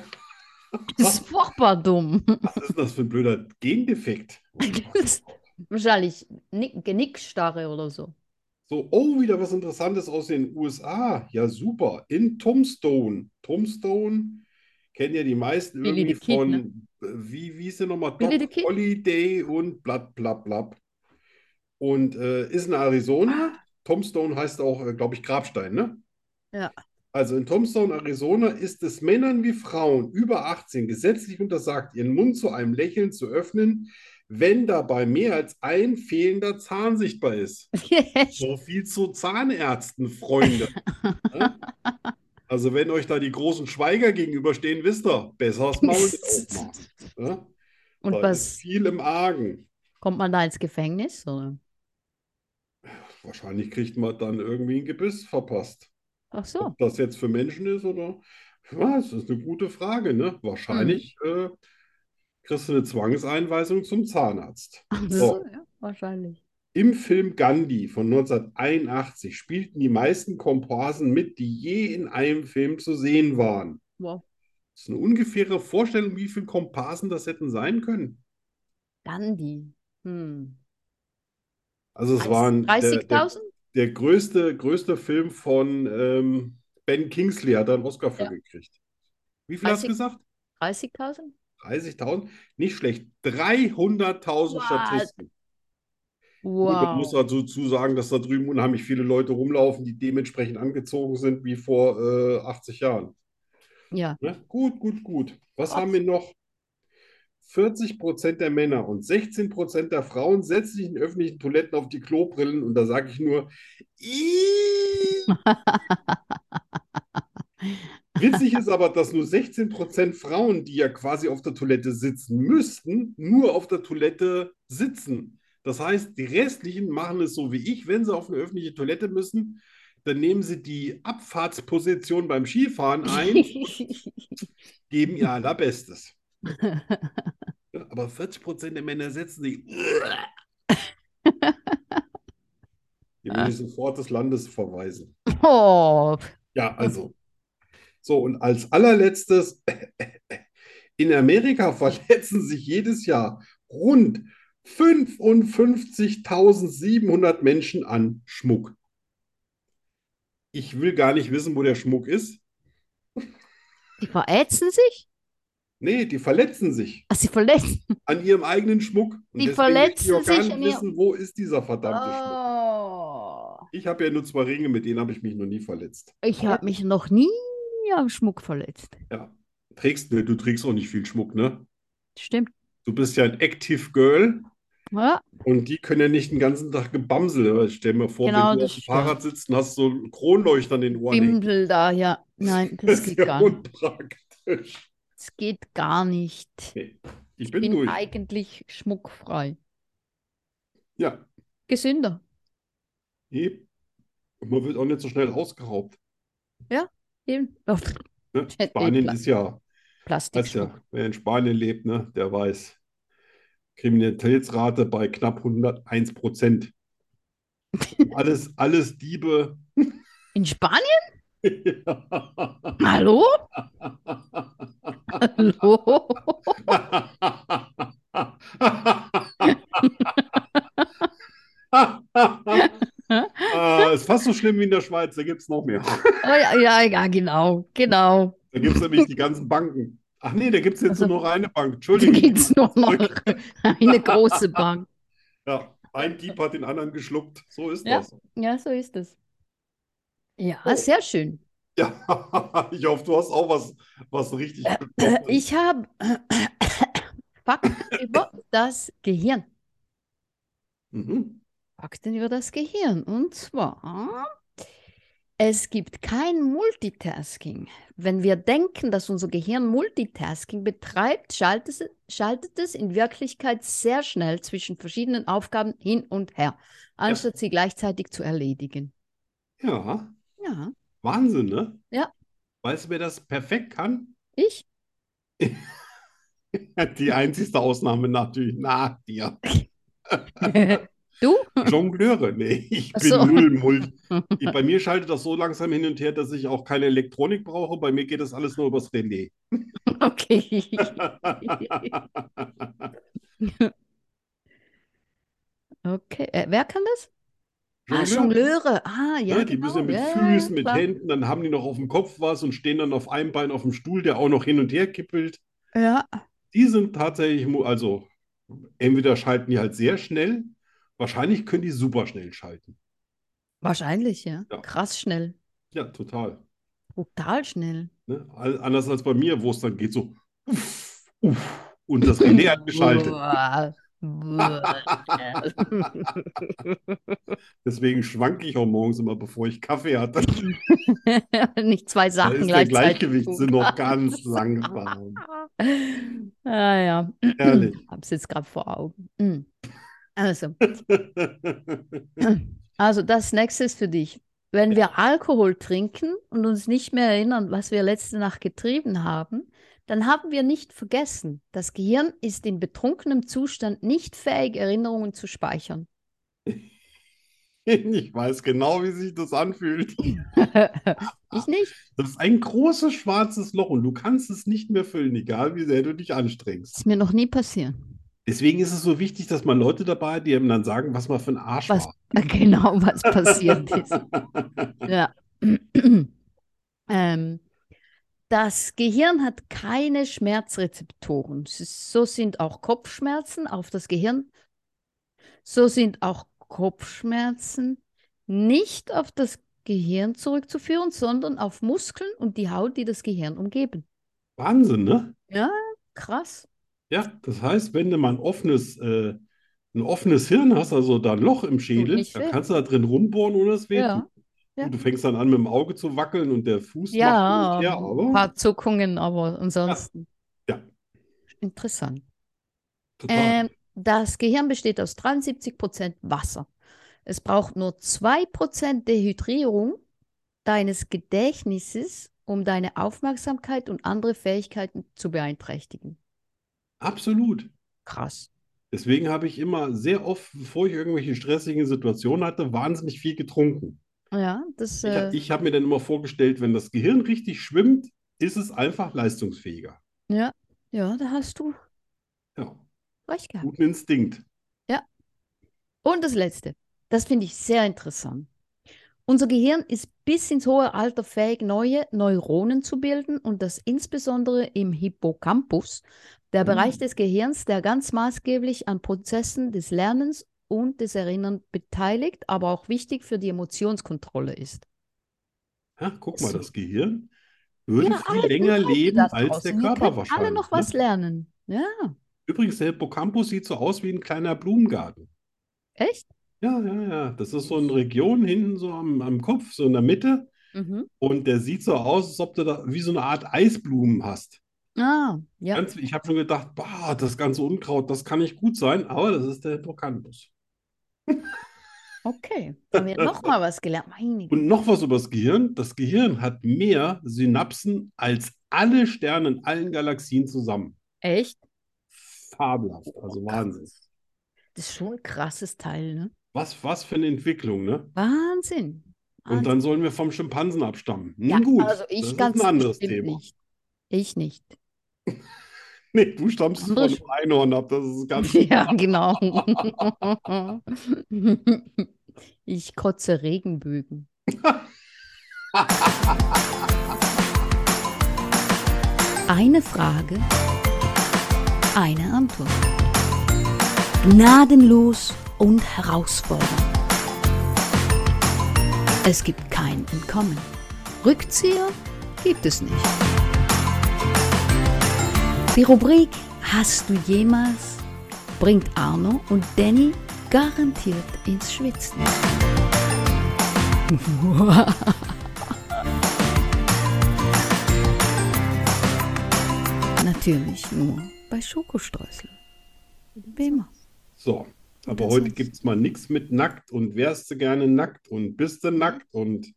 S1: Das ist furchtbar dumm.
S2: Was ist denn das für ein blöder Gendefekt?
S1: Wahrscheinlich Nick, Genickstarre oder so.
S2: So, oh, wieder was Interessantes aus den USA. Ja, super. In Tombstone. Tombstone kennen ja die meisten
S1: Billy the
S2: irgendwie
S1: Kid,
S2: von,
S1: ne?
S2: äh, wie, wie hieß der nochmal?
S1: Billy
S2: Doc
S1: the Kid? Ah.
S2: Holiday und blab, blab, blab. Und äh, ist in Arizona. Tombstone heißt auch, glaube ich, Grabstein, ne?
S1: Ja.
S2: Also in Tombstone, Arizona, ist es Männern wie Frauen über 18 gesetzlich untersagt, ihren Mund zu einem Lächeln zu öffnen, wenn dabei mehr als ein fehlender Zahn sichtbar ist. So viel zu Zahnärzten, Freunde. Ne? Also wenn euch da die großen Schweiger gegenüberstehen, wisst ihr, besser das Maul nicht aufmachen. Ne?
S1: Und
S2: Da ist
S1: was?
S2: Viel im Argen.
S1: Kommt man da ins Gefängnis? Oder?
S2: Wahrscheinlich kriegt man dann irgendwie ein Gebiss verpasst.
S1: Ach so.
S2: Ob das jetzt für Menschen ist oder. Ja, das ist eine gute Frage, ne? Wahrscheinlich
S1: Hm.
S2: äh, kriegst du eine Zwangseinweisung zum Zahnarzt.
S1: Ach
S2: So.
S1: so, ja, wahrscheinlich.
S2: Im Film Gandhi von 1981 spielten die meisten Komparsen mit, die je in einem Film zu sehen waren.
S1: Wow.
S2: Das ist eine ungefähre Vorstellung, wie viele Komparsen das hätten sein können.
S1: Gandhi. Hm.
S2: Also es waren der, der,
S1: 30.000?
S2: der größte, größte Film von ähm, Ben Kingsley hat er einen Oscar für
S1: Ja.
S2: gekriegt. Wie viel hast
S1: 30
S2: du gesagt?
S1: 30.000?
S2: 30.000, nicht schlecht. 300.000
S1: What?
S2: Statisten. Gut, man muss
S1: Wow.
S2: dazu zu sagen, dass da drüben unheimlich viele Leute rumlaufen, die dementsprechend angezogen sind wie vor äh, 80 Jahren.
S1: Ja.
S2: Ne? Gut, gut, gut. Was
S1: Krass.
S2: haben wir noch? 40% der Männer und 16% der Frauen setzen sich in öffentlichen Toiletten auf die Klobrillen und da sage ich nur, "Ih!" Witzig ist aber, dass nur 16% Frauen, die ja quasi auf der Toilette sitzen müssten, nur auf der Toilette sitzen. Das heißt, die restlichen machen es so wie ich, wenn sie auf eine öffentliche Toilette müssen, dann nehmen sie die Abfahrtsposition beim Skifahren ein, geben ihr allerbestes. Ja, Aber 40% der Männer setzen sich. Die will ich sofort des Landes verweisen.
S1: oh.
S2: Ja, also. So, und als allerletztes, in Amerika verletzen sich jedes Jahr rund 55.700 Menschen an Schmuck. Ich will gar nicht wissen, wo der Schmuck ist.
S1: Die verätzen sich?
S2: Nee, die verletzen sich
S1: Ach, sie verletzen.
S2: an ihrem eigenen Schmuck. Und
S1: Die
S2: deswegen will ich
S1: verletzen
S2: auch gar
S1: sich
S2: nicht
S1: an ihrem- Ah.
S2: wissen, wo ist dieser verdammte Schmuck.
S1: Oh.
S2: Ich habe ja nur zwei Ringe, mit denen habe ich mich noch nie verletzt.
S1: Ich habe mich noch nie am Schmuck verletzt.
S2: Ja. Trägst, ne, du trägst auch nicht viel Schmuck, ne?
S1: Stimmt.
S2: Du bist ja ein Active Girl.
S1: Ja.
S2: Und die können ja nicht den ganzen Tag gebamsel. Aber ich Stell mir vor, wenn
S1: Genau,
S2: du
S1: das
S2: auf dem
S1: stimmt.
S2: Fahrrad sitzt und hast so einen Kronleuchter an den Ohren hängen.
S1: Bimbel da, ja. Nein, das
S2: ist
S1: geht
S2: ja
S1: gar nicht.
S2: unpraktisch.
S1: Das geht gar nicht.
S2: Nee, Ich
S1: Ich
S2: bin
S1: bin
S2: durch.
S1: eigentlich schmuckfrei.
S2: Ja,
S1: Gesünder.
S2: nee. Und man wird auch nicht so schnell ausgeraubt.
S1: Eben. Oh, pff,
S2: Ne?
S1: Hätte ich
S2: Spanien
S1: gleich-
S2: ist ja, weiß
S1: Plastikschmuck.
S2: ja, wer in Spanien lebt, ne, der weiß. Kriminalitätsrate bei knapp 101 Prozent. Alles, alles Diebe.
S1: In Spanien?
S2: Ja.
S1: Hallo? Hallo?
S2: Ah, äh, ist fast so schlimm wie in der Schweiz, da gibt es noch mehr.
S1: Oh, ja, ja, ja, genau, genau.
S2: Da gibt es nämlich die ganzen Banken. Ach nee, da gibt es jetzt
S1: Also-
S2: nur noch eine Bank.
S1: Da
S2: Entschuldigung.
S1: gibt es nur noch eine große Bank.
S2: Ja, ein Dieb hat den anderen geschluckt. So ist
S1: Ja.
S2: das.
S1: Ja, so ist es. Ja,
S2: Oh.
S1: sehr schön.
S2: Ja, ich hoffe, du hast auch was, was richtig
S1: Äh,
S2: Betroffenes.
S1: Ich habe Fakten über das Gehirn.
S2: Mhm.
S1: Fakten über das Gehirn. Und zwar, es gibt kein Multitasking. Wenn wir denken, dass unser Gehirn Multitasking betreibt, schaltet es, schaltet es in Wirklichkeit sehr schnell zwischen verschiedenen Aufgaben hin und her, anstatt sie gleichzeitig zu erledigen.
S2: Ja,
S1: Ja,
S2: Wahnsinn, ne?
S1: Ja.
S2: Weißt du, wer das perfekt kann?
S1: ich?
S2: Die einzigste Ausnahme natürlich nach dir.
S1: du?
S2: Jongleure, nee, ich
S1: Ach
S2: bin
S1: so.
S2: null Mult. Ich- Bei mir schaltet das so langsam hin und her, dass ich auch keine Elektronik brauche. Bei mir geht das alles nur übers Relais.
S1: Okay. Ah, Okay. Äh, wer kann das? Ah,
S2: Jongleure,
S1: Jongleure. Ah, ja,
S2: ne, die müssen ja
S1: genau.
S2: mit
S1: Ja, ja,
S2: Füßen,
S1: ja,
S2: mit
S1: klar.
S2: Händen, dann haben die noch auf dem Kopf was und stehen dann auf einem Bein auf dem Stuhl, der auch noch hin und her kippelt.
S1: Ja,
S2: Die sind tatsächlich, mu- also entweder schalten die halt sehr schnell, wahrscheinlich können die super schnell schalten.
S1: Wahrscheinlich, ja.
S2: Ja.
S1: Krass schnell.
S2: Ja, total.
S1: Brutal schnell.
S2: Ne? Al- Anders als bei mir, wo es dann geht so uff, uff, und das Relais hat geschaltet.
S1: Uah. Uah.
S2: Deswegen schwanke ich auch morgens immer, bevor ich Kaffee hatte.
S1: Nicht zwei
S2: Da
S1: Sachen
S2: ist der
S1: gleichzeitig.
S2: Gleichgewichtssinn noch ganz langsam.
S1: Ah ja,
S2: Ehrlich.
S1: hab's jetzt gerade vor Augen. Mm. Also, also das nächste ist für dich. Wenn wir Alkohol trinken und uns nicht mehr erinnern, was wir letzte Nacht getrieben haben, dann haben wir nicht vergessen. Das Gehirn ist in betrunkenem Zustand nicht fähig, Erinnerungen zu speichern.
S2: Ich weiß genau, wie sich das anfühlt.
S1: ich nicht.
S2: Das ist ein großes schwarzes Loch und du kannst es nicht mehr füllen, egal wie sehr du dich anstrengst.
S1: Ist mir noch nie passiert.
S2: Deswegen ist es so wichtig, dass man Leute dabei hat, die einem dann sagen, was man für ein Arsch
S1: Was
S2: war.
S1: genau, was passiert ist. Ja. Ähm, das Gehirn hat keine Schmerzrezeptoren. S- So sind auch Kopfschmerzen auf das Gehirn. So sind auch Kopfschmerzen nicht auf das Gehirn zurückzuführen, sondern auf Muskeln und die Haut, die das Gehirn umgeben.
S2: Wahnsinn, ne?
S1: Krass.
S2: Ja, das heißt, wenn du mal ein offenes, äh, ein offenes Hirn hast, also da ein Loch im Schädel,
S1: nicht
S2: dann
S1: weh.
S2: kannst du da drin rumbohren, ohne es weh
S1: Ja,
S2: tut.
S1: ja.
S2: Und du fängst dann an, mit dem Auge zu wackeln und der Fuß macht
S1: Ja,
S2: hin und her,
S1: ein
S2: aber
S1: paar Zuckungen, aber ansonsten.
S2: Ja.
S1: Interessant.
S2: total.
S1: Ähm, das Gehirn besteht aus 73% Wasser. Es braucht nur 2% Dehydrierung deines Gedächtnisses, um deine Aufmerksamkeit und andere Fähigkeiten zu beeinträchtigen.
S2: Absolut.
S1: Krass.
S2: Deswegen habe ich immer sehr oft, bevor ich irgendwelche stressigen Situationen hatte, wahnsinnig viel getrunken.
S1: Ja, das,
S2: Ich,
S1: äh,
S2: ich habe mir dann immer vorgestellt, wenn das Gehirn richtig schwimmt, ist es einfach leistungsfähiger.
S1: ja, da hast du
S2: Ja,
S1: recht gehabt.
S2: guten Instinkt.
S1: Und das Letzte, das finde ich sehr interessant. Unser Gehirn ist bis ins hohe Alter fähig, neue Neuronen zu bilden und das insbesondere im Hippocampus,
S2: Mhm.
S1: der Bereich des Gehirns, der ganz maßgeblich an Prozessen des Lernens und des Erinnerns beteiligt, aber auch wichtig für die Emotionskontrolle ist.
S2: Ja, guck mal,
S1: So.
S2: das Gehirn würde
S1: Ja,
S2: viel
S1: alle
S2: länger
S1: gut
S2: leben
S1: aufgepasst
S2: als der
S1: draußen. Ihr
S2: Körper
S1: könnt alle noch
S2: wahrscheinlich,
S1: was
S2: ne?
S1: lernen. Ja,
S2: Übrigens, der Hippocampus sieht so aus wie ein kleiner Blumengarten.
S1: echt?
S2: Ja, ja, ja. Das ist so eine Region hinten so am, am Kopf, so in der Mitte.
S1: Mhm.
S2: Und der sieht so aus, als ob du da wie so eine Art Eisblumen hast.
S1: Ah, ja.
S2: Ganz, ich habe schon gedacht, bah, das ganze Unkraut, das kann nicht gut sein, aber das ist der Hippocampus.
S1: Okay. Haben wir noch mal was gelernt? Meine Güte.
S2: Und noch was über das Gehirn. Das Gehirn hat mehr Synapsen als alle Sterne in allen Galaxien zusammen.
S1: Echt?
S2: Fabelhaft, also Wahnsinn.
S1: Das ist schon ein krasses Teil, ne?
S2: Was, was für eine Entwicklung, ne?
S1: Wahnsinn.
S2: Und
S1: Wahnsinn.
S2: dann sollen wir vom Schimpansen abstammen.
S1: Also
S2: Nun
S1: ja,
S2: Hm, gut,
S1: also ich
S2: das ist
S1: ganz
S2: ein anderes
S1: bestimmt
S2: Thema.
S1: nicht. Ich nicht.
S2: Nee, du stammst von
S1: Andere
S2: einem Einhorn ab, das ist ganz.
S1: Also Ja, genau. ich kotze Regenbögen.
S3: Eine Frage, eine Antwort. Gnadenlos und herausfordernd. Es gibt kein Entkommen. Rückzieher gibt es nicht. Die Rubrik Hast du jemals bringt Arno und Danny garantiert ins Schwitzen. Natürlich nur bei Schokostreusel. Wie immer.
S2: So, aber heute gibt es mal nichts mit nackt und wärst du gerne nackt und bist du nackt und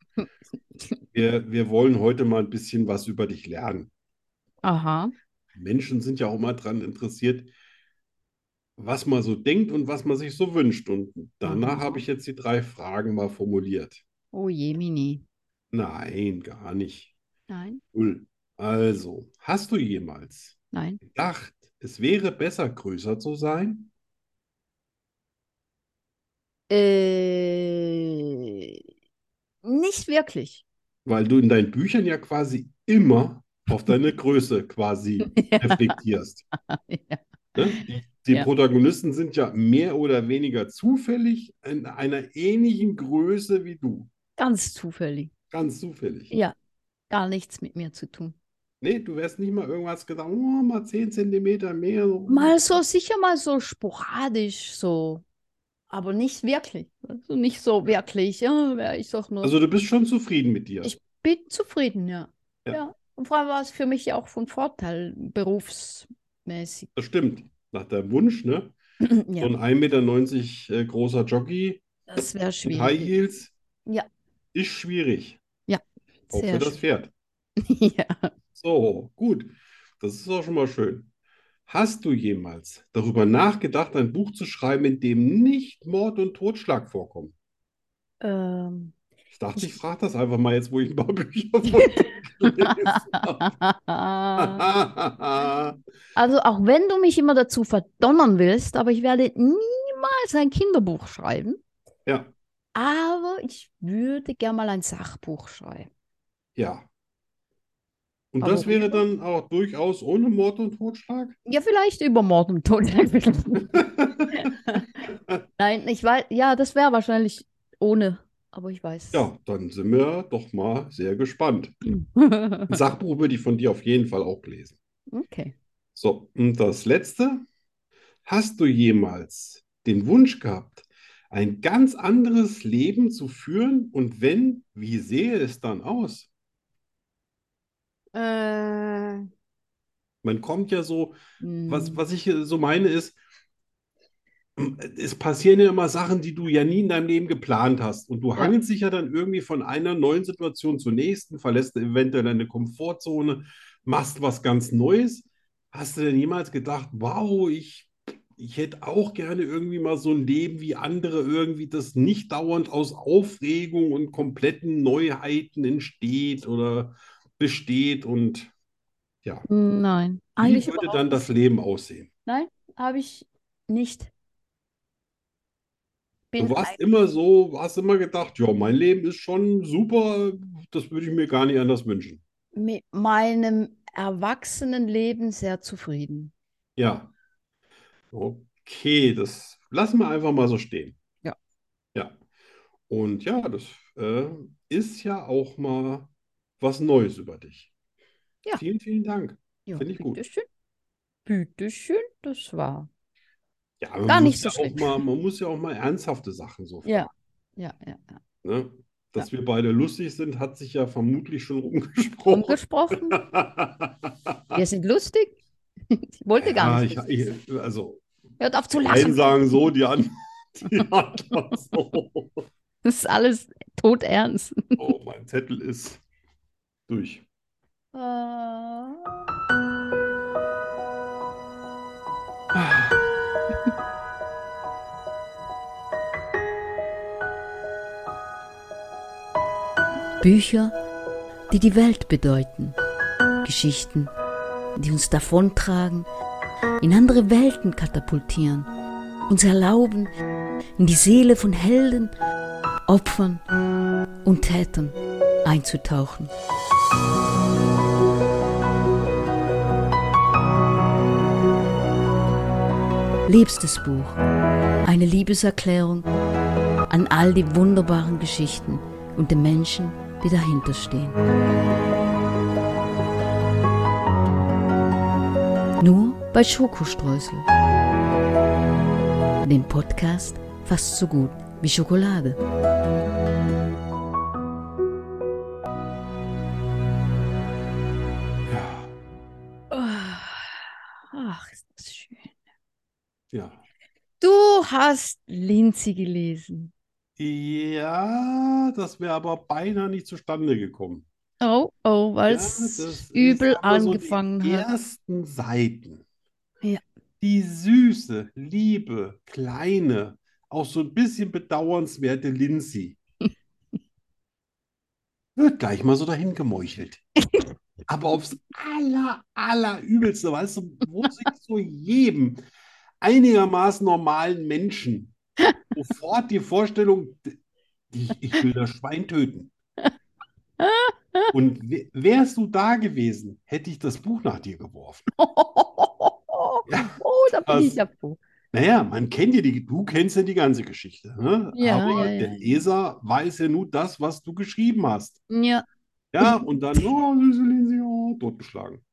S2: wir, wir wollen heute mal ein bisschen was über dich lernen.
S1: Aha.
S2: Menschen sind ja auch mal daran interessiert, was man so denkt und was man sich so wünscht. Und danach
S1: Mhm.
S2: habe ich jetzt die drei Fragen mal formuliert.
S1: Oh je, Mini.
S2: Nein, gar nicht.
S1: Nein,
S2: Null. Also, hast du jemals
S1: nein.
S2: gedacht, es wäre besser, größer zu sein?
S1: Äh, nicht wirklich.
S2: Weil du in deinen Büchern ja quasi immer auf deine Größe quasi reflektierst.
S1: Ja.
S2: Ne? Die, die
S1: Ja.
S2: Protagonisten sind ja mehr oder weniger zufällig in einer ähnlichen Größe wie du.
S1: Ganz zufällig.
S2: Ganz zufällig.
S1: Ja, gar nichts mit mir zu tun.
S2: Nee, du wärst nicht mal irgendwas gedacht, oh, mal 10 Zentimeter mehr. so.
S1: Mal so, sicher mal so sporadisch, so. Aber nicht wirklich. Also nicht so wirklich. Ja, wäre ich doch nur.
S2: Also du bist schon zufrieden mit dir.
S1: Ich bin zufrieden, ja.
S2: Ja.
S1: Und vor allem war es für mich ja auch von Vorteil, berufsmäßig.
S2: Das stimmt. Nach deinem Wunsch, ne? So
S1: Ja,
S2: ein 1,90 Meter äh, großer Jockey
S1: das wäre
S2: mit High
S1: schwierig.
S2: Heels
S1: Ja.
S2: ist schwierig.
S1: Ja,
S2: Auch
S1: sehr
S2: für das Pferd.
S1: Ja.
S2: So, gut. Das ist auch schon mal schön. Hast du jemals darüber nachgedacht, ein Buch zu schreiben, in dem nicht Mord und Totschlag vorkommen?
S1: Ähm.
S2: Ich dachte,
S1: Ich-
S2: ich frage das einfach mal jetzt, wo ich ein paar Bücher von dir gelesen habe.
S1: Also auch wenn du mich immer dazu verdonnern willst, aber ich werde niemals ein Kinderbuch schreiben.
S2: Ja,
S1: Aber ich würde gerne mal ein Sachbuch schreiben.
S2: ja. Und
S1: Aber genau?
S2: das wäre dann auch durchaus ohne Mord und Totschlag?
S1: Ja, vielleicht über Mord und Totschlag. Nein, ich weiß, ja, das wäre wahrscheinlich ohne, aber ich weiß.
S2: Ja, dann sind wir doch mal sehr gespannt. Ein Sachbuch würde ich von dir auf jeden Fall auch lesen.
S1: Okay.
S2: So, und das Letzte. Hast du jemals den Wunsch gehabt, ein ganz anderes Leben zu führen? Und wenn, wie sähe es dann aus? Man kommt ja so, was,
S1: Mm.
S2: was ich äh, so meine ist, m, es passieren ja immer Sachen, die du ja nie in deinem Leben geplant hast. Und du hangelst dich ja dann irgendwie von einer neuen Situation zur nächsten, verlässt eventuell deine Komfortzone, machst was ganz Neues. Hast du denn jemals gedacht, wow, ich, ich hätte auch gerne irgendwie mal so ein Leben wie andere, irgendwie das nicht dauernd aus Aufregung und kompletten Neuheiten entsteht oder besteht und ja.
S1: Nein, eigentlich
S2: Wie würde
S1: überhaupt
S2: dann das Leben aussehen?
S1: habe ich nicht.
S2: Du
S1: Bin
S2: warst immer so, hast immer gedacht, ja, mein Leben ist schon super, das würde ich mir gar nicht anders wünschen.
S1: ein- mit meinem erwachsenen Leben sehr zufrieden.
S2: Ja. Okay, das lassen wir einfach mal so stehen.
S1: Ja.
S2: Ja. Und ja, das äh, ist ja auch mal was Neues über dich.
S1: Ja.
S2: Vielen, vielen Dank.
S1: Ja,
S2: Finde ich gut.
S1: bitteschön. Bitteschön, das war.
S2: Ja, man
S1: Gar
S2: muss
S1: nicht
S2: ja
S1: so schlimm.
S2: auch mal, man muss ja auch mal ernsthafte Sachen so
S1: Ja, ja, ja. ja.
S2: fragen, ne? Dass wir beide lustig sind, hat sich ja vermutlich schon rumgesprochen.
S1: Umgesprochen, wir sind lustig. Ich wollte gar
S2: Ja,
S1: nicht.
S2: ich, ich, also,
S1: Hört auf zu
S2: die
S1: lachen.
S2: einen sagen so, die anderen, die anderen so.
S1: Das ist alles todernst.
S2: Oh, mein Zettel ist durch.
S1: Ah.
S3: Bücher, die die Welt bedeuten. Geschichten, die uns davontragen, in andere Welten katapultieren, uns erlauben, in die Seele von Helden, Opfern und Tätern einzutauchen. Liebstes Buch. Eine Liebeserklärung an all die wunderbaren Geschichten und den Menschen, die dahinter stehen. Nur bei Schokostreusel. Dem Podcast fast so gut wie Schokolade.
S2: Ja,
S1: Ah. Ach, ist das schön.
S2: ja.
S1: Du hast Linzi gelesen.
S2: Ja, das wäre aber beinahe nicht zustande gekommen.
S1: Oh, oh, weil
S2: Ja,
S1: es
S2: das
S1: übel
S2: ist aber so die
S1: angefangen hat.
S2: ersten Seiten.
S1: Ja.
S2: Die süße, liebe, kleine, auch so ein bisschen bedauernswerte Lindsay wird gleich mal so dahin gemeuchelt. Aber aufs aller, aller Übelste, weißt du, wo sich so jedem einigermaßen normalen Menschen sofort die Vorstellung, ich, ich will das Schwein töten. Und w- wärst du da gewesen, hätte ich das Buch nach dir geworfen.
S1: Oh,
S2: Ja.
S1: da bin ich ja froh.
S2: Naja, man kennt ja die, du kennst ja die ganze Geschichte, ne?
S1: Ja,
S2: Aber
S1: ja, ja.
S2: der Leser weiß ja nur das, was du geschrieben hast.
S1: Ja,
S2: Ja, und dann, oh, süße Linse, oh, totgeschlagen.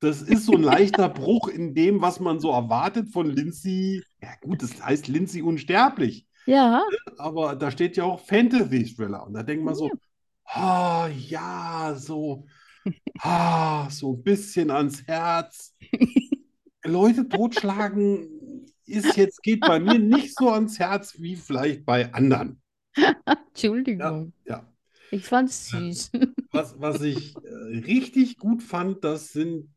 S2: Das ist so ein leichter Bruch in dem, was man so erwartet von Lindsay. Ja, gut, das heißt Lindsay unsterblich,
S1: ja,
S2: aber da steht ja auch Fantasy Thriller. Und da denkt man so, ah, ja, so, ah, so ein bisschen ans Herz. Leute totschlagen ist jetzt, geht bei mir nicht so ans Herz wie vielleicht bei anderen.
S1: Entschuldigung.
S2: Ja.
S1: Ich fand's süß.
S2: Was, was ich äh, richtig gut fand, das sind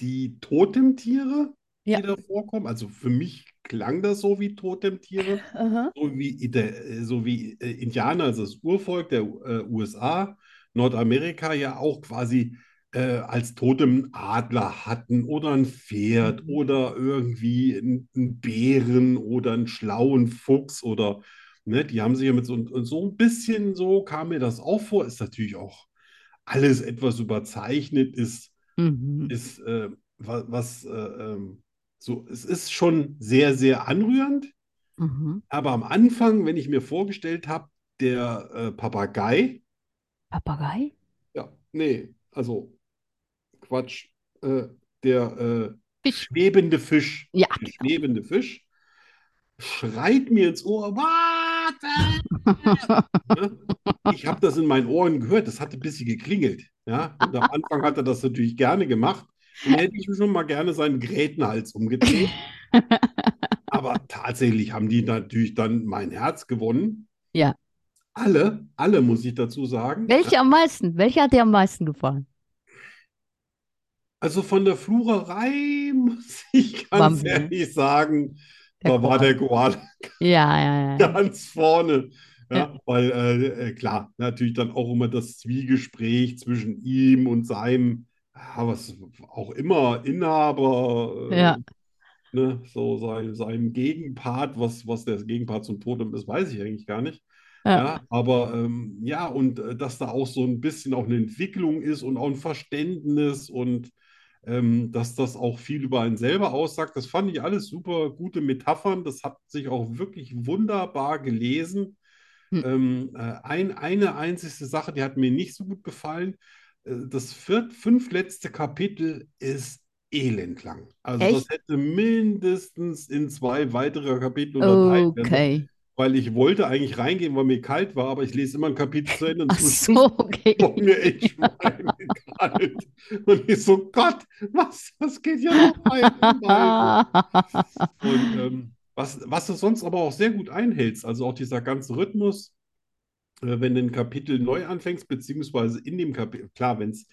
S2: die Totemtiere, die
S1: Ja.
S2: da vorkommen. Also für mich klang das so wie Totemtiere,
S1: Aha.
S2: so wie, i- der, äh, so wie äh, Indianer, also das Urvolk der äh, USA, Nordamerika ja auch quasi äh, als Totem einen Adler hatten oder ein Pferd oder irgendwie einen einen Bären oder einen schlauen Fuchs oder ne, die haben sich ja mit so, und so ein bisschen so kam mir das auch vor, ist natürlich auch alles etwas überzeichnet, ist
S3: Mhm.
S2: ist, äh, was, was äh, ähm, so, es ist schon sehr, sehr anrührend,
S3: Mhm.
S2: aber am Anfang, wenn ich mir vorgestellt habe, der äh, Papagei,
S3: Papagei?
S2: ja, nee, also Quatsch, äh, der äh,
S1: Fisch.
S2: schwebende Fisch,
S1: Ja,
S2: der schwebende Fisch, schreit mir ins Ohr, warte! Ne? Ich habe das in meinen Ohren gehört, das hatte ein bisschen geklingelt, ja, und am Anfang hat er das natürlich gerne gemacht, dann hätte ich mir schon mal gerne seinen Grätenhals umgedreht, aber tatsächlich haben die natürlich dann mein Herz gewonnen.
S1: Ja.
S2: Alle, alle muss ich dazu sagen.
S1: Welche am meisten? Welche hat dir am meisten gefallen?
S2: Also von der Flurerei muss ich ganz
S1: Bambi.
S2: ehrlich sagen,
S1: Der
S2: da
S1: Koala.
S2: war der Koala
S1: Ja, ja, ja.
S2: ganz vorne. Ja,
S1: Ja.
S2: weil äh, äh, klar, natürlich dann auch immer das Zwiegespräch zwischen ihm und seinem, ja, was auch immer, Inhaber, äh,
S1: Ja.
S2: ne, so sein, seinem Gegenpart, was, was der Gegenpart zum Totem ist, weiß ich eigentlich gar nicht.
S1: Ja.
S2: Ja, aber ähm, ja, und äh, dass da auch so ein bisschen auch eine Entwicklung ist und auch ein Verständnis und ähm, dass das auch viel über einen selber aussagt, das fand ich alles super gute Metaphern. Das hat sich auch wirklich wunderbar gelesen.
S1: Hm.
S2: Ähm, äh, ein, eine einzige Sache, die hat mir nicht so gut gefallen. Äh, das viert, fünfletzte Kapitel ist elend lang. Also das
S1: Echt?
S2: hätte mindestens in zwei weitere Kapitel unterteilt werden
S1: Okay.
S2: weil ich wollte eigentlich reingehen, weil mir kalt war, aber ich lese immer ein Kapitel zu Ende und
S1: Ach
S2: zum
S1: so,
S2: Schluss
S1: okay.
S2: war mir echt schweinekalt. Und ich so, Gott, was, das geht ja noch weiter. Und ähm, was, was du sonst aber auch sehr gut einhältst, also auch dieser ganze Rhythmus, äh, wenn du ein Kapitel neu anfängst, beziehungsweise in dem Kapitel, klar, wenn es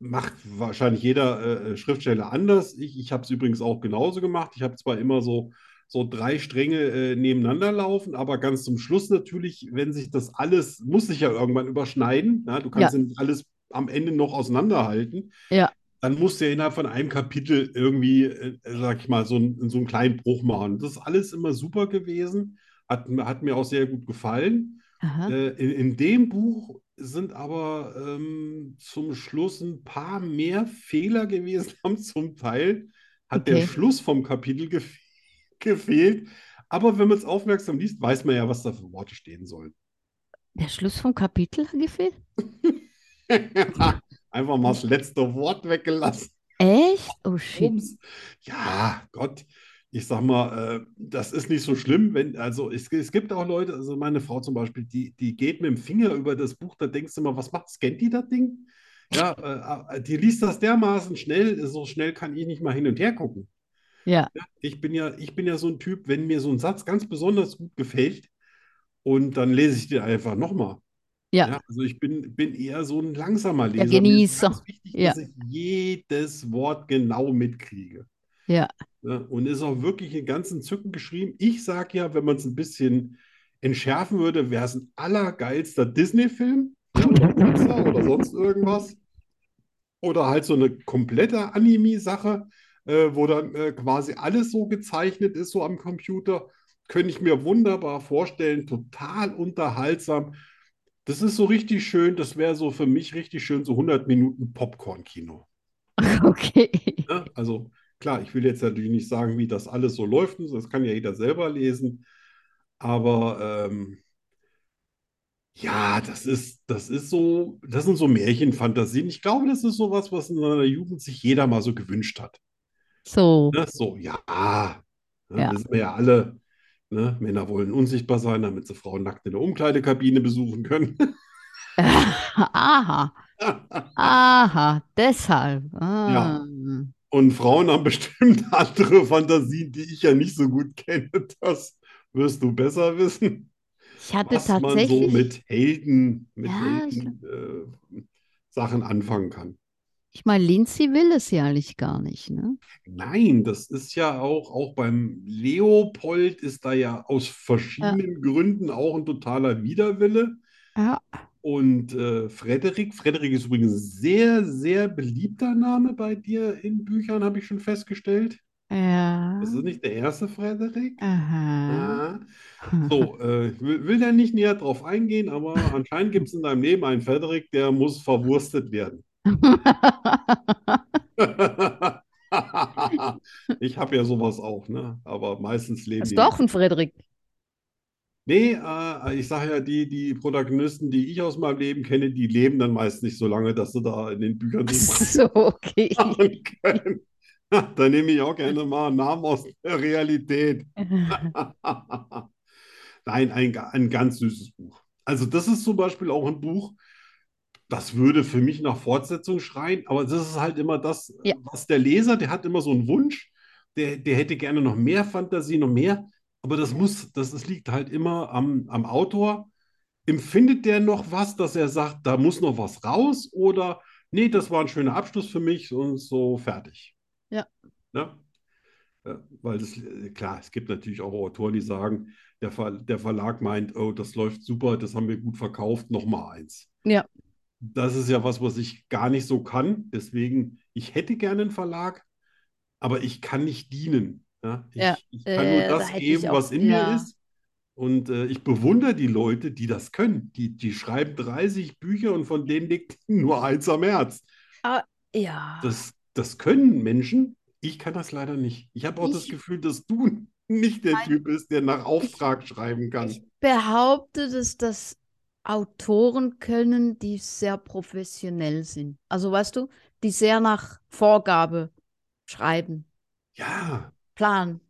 S2: macht wahrscheinlich jeder äh, Schriftsteller anders. Ich, ich habe es übrigens auch genauso gemacht. Ich habe zwar immer so, so drei Stränge äh, nebeneinander laufen, aber ganz zum Schluss natürlich, wenn sich das alles, muss sich ja irgendwann überschneiden. Na? Du kannst ja nicht alles am Ende noch auseinanderhalten.
S1: Ja.
S2: Dann musst du ja innerhalb von einem Kapitel irgendwie, äh, sag ich mal, so, ein, so einen kleinen Bruch machen. Das ist alles immer super gewesen. Hat, hat mir auch sehr gut gefallen.
S1: Aha.
S2: Äh, in, in dem Buch sind aber ähm, zum Schluss ein paar mehr Fehler gewesen. Haben zum Teil hat der
S1: Okay.
S2: Schluss vom Kapitel gefe gefehlt. Aber wenn man es aufmerksam liest, weiß man ja, was da für Worte stehen sollen.
S1: Der Schluss vom Kapitel hat gefehlt?
S2: Einfach mal das letzte Wort weggelassen.
S1: Echt? Oh shit.
S2: Bums. Ja, Gott, ich sag mal, äh, das ist nicht so schlimm, wenn, also es, es gibt auch Leute, also meine Frau zum Beispiel, die, die geht mit dem Finger über das Buch, da denkst du mal, was macht, scannt die das Ding? Ja, äh, äh, die liest das dermaßen schnell, so schnell kann ich nicht mal hin und her gucken.
S1: Ja.
S2: Ich bin ja, ich bin ja so ein Typ, wenn mir so ein Satz ganz besonders gut gefällt, und dann lese ich den einfach nochmal.
S1: Ja.
S2: also ich bin, bin eher so ein langsamer
S1: Der
S2: Leser. Mir ist
S1: Genießer.
S2: ganz wichtig,
S1: Ja.
S2: dass ich jedes Wort genau mitkriege.
S1: Ja.
S2: Ja, und ist auch wirklich in ganzen Zücken geschrieben. Ich sage ja, wenn man es ein bisschen entschärfen würde, wäre es ein allergeilster Disney-Film ja, oder Pixar oder sonst irgendwas. Oder halt so eine komplette Anime-Sache, äh, wo dann äh, quasi alles so gezeichnet ist, so am Computer. Könnte ich mir wunderbar vorstellen, total unterhaltsam. Das ist so richtig schön, das wäre so Oh. für mich richtig schön, so 100 Minuten Popcorn-Kino.
S1: Okay.
S2: Ne? Also Klar, ich will jetzt natürlich nicht sagen, wie das alles so läuft, und so, das kann ja jeder selber lesen, aber ähm, ja, das ist, das ist so, das sind so Märchenfantasien. Ich glaube, das ist sowas, was in seiner Jugend sich jeder mal so gewünscht hat.
S1: So.
S2: Ne? So, ja, ne?
S1: Ja.
S2: das sind wir ja alle. Ne? Männer wollen unsichtbar sein, damit sie Frauen nackt in der Umkleidekabine besuchen können.
S1: Aha. Aha. Deshalb. Ah.
S2: Und Frauen haben bestimmt andere Fantasien, die ich ja nicht so gut kenne. Das wirst du besser wissen,
S1: Ich hatte
S2: was man so
S1: tatsächlich.
S2: mit Helden, mit
S1: Ja, ich
S2: Helden, äh, Sachen anfangen kann.
S1: Ich meine, Lindsay will es ja eigentlich gar nicht, ne?
S2: Nein, das ist ja auch, auch beim Leopold ist da ja aus verschiedenen Gründen auch ein totaler Widerwille.
S1: Ja.
S2: Und äh, Frederik, Frederik ist übrigens ein sehr, sehr beliebter Name bei dir in Büchern, habe ich schon festgestellt.
S1: Ja.
S2: Das ist nicht der erste Frederik.
S1: Aha.
S2: Ah. So, äh, ich will, will da nicht näher drauf eingehen, aber anscheinend gibt es in deinem Leben einen Frederik, der muss verwurstet werden. Ich habe ja sowas auch, ne? Aber meistens leben
S1: Ist
S2: die.
S1: doch ein Frederik.
S2: Nee, äh, ich sage ja, die, die Protagonisten, die ich aus meinem Leben kenne, die leben dann meist nicht so lange, dass sie da in den Büchern sich
S1: So, okay.
S2: machen können. Da nehme ich auch gerne mal einen Namen aus der Realität. Nein, ein, ga- ein ganz süßes Buch. Also das ist zum Beispiel auch ein Buch, das würde für mich nach Fortsetzung schreien, aber das ist halt immer das,
S1: Ja.
S2: was der Leser, der hat immer so einen Wunsch, der, der hätte gerne noch mehr Fantasie, noch mehr, aber das muss, das, das liegt halt immer am, am Autor. Empfindet der noch was, dass er sagt, da muss noch was raus oder nee, das war ein schöner Abschluss für mich und so fertig.
S1: Ja.
S2: Ne? Äh, Weil das, äh, klar, es gibt natürlich auch Autoren, die sagen, der, Ver der Verlag meint, oh, das läuft super, das haben wir gut verkauft, nochmal eins.
S1: Ja.
S2: Das ist ja was, was ich gar nicht so kann. Deswegen, ich hätte gerne einen Verlag, aber ich kann nicht dienen. Ja? Ich,
S1: Ja,
S2: ich kann nur
S1: äh, da
S2: das
S1: hätte ich
S2: geben,
S1: auch-
S2: was in mir
S1: ja.
S2: ist. Und äh, ich bewundere die Leute, die das können. Die, die schreiben 30 Bücher und von denen liegt nur eins am Herz.
S1: Ja.
S2: Das, das können Menschen. Ich kann das leider nicht. Ich habe auch das
S1: Ich-
S2: Gefühl, dass du nicht der
S1: Nein.
S2: Typ bist, der nach Auftrag schreiben kann.
S1: Ich behaupte, dass das Autoren können, die sehr professionell sind. Also weißt du, die sehr nach Vorgabe schreiben,
S2: Ja,
S1: planen.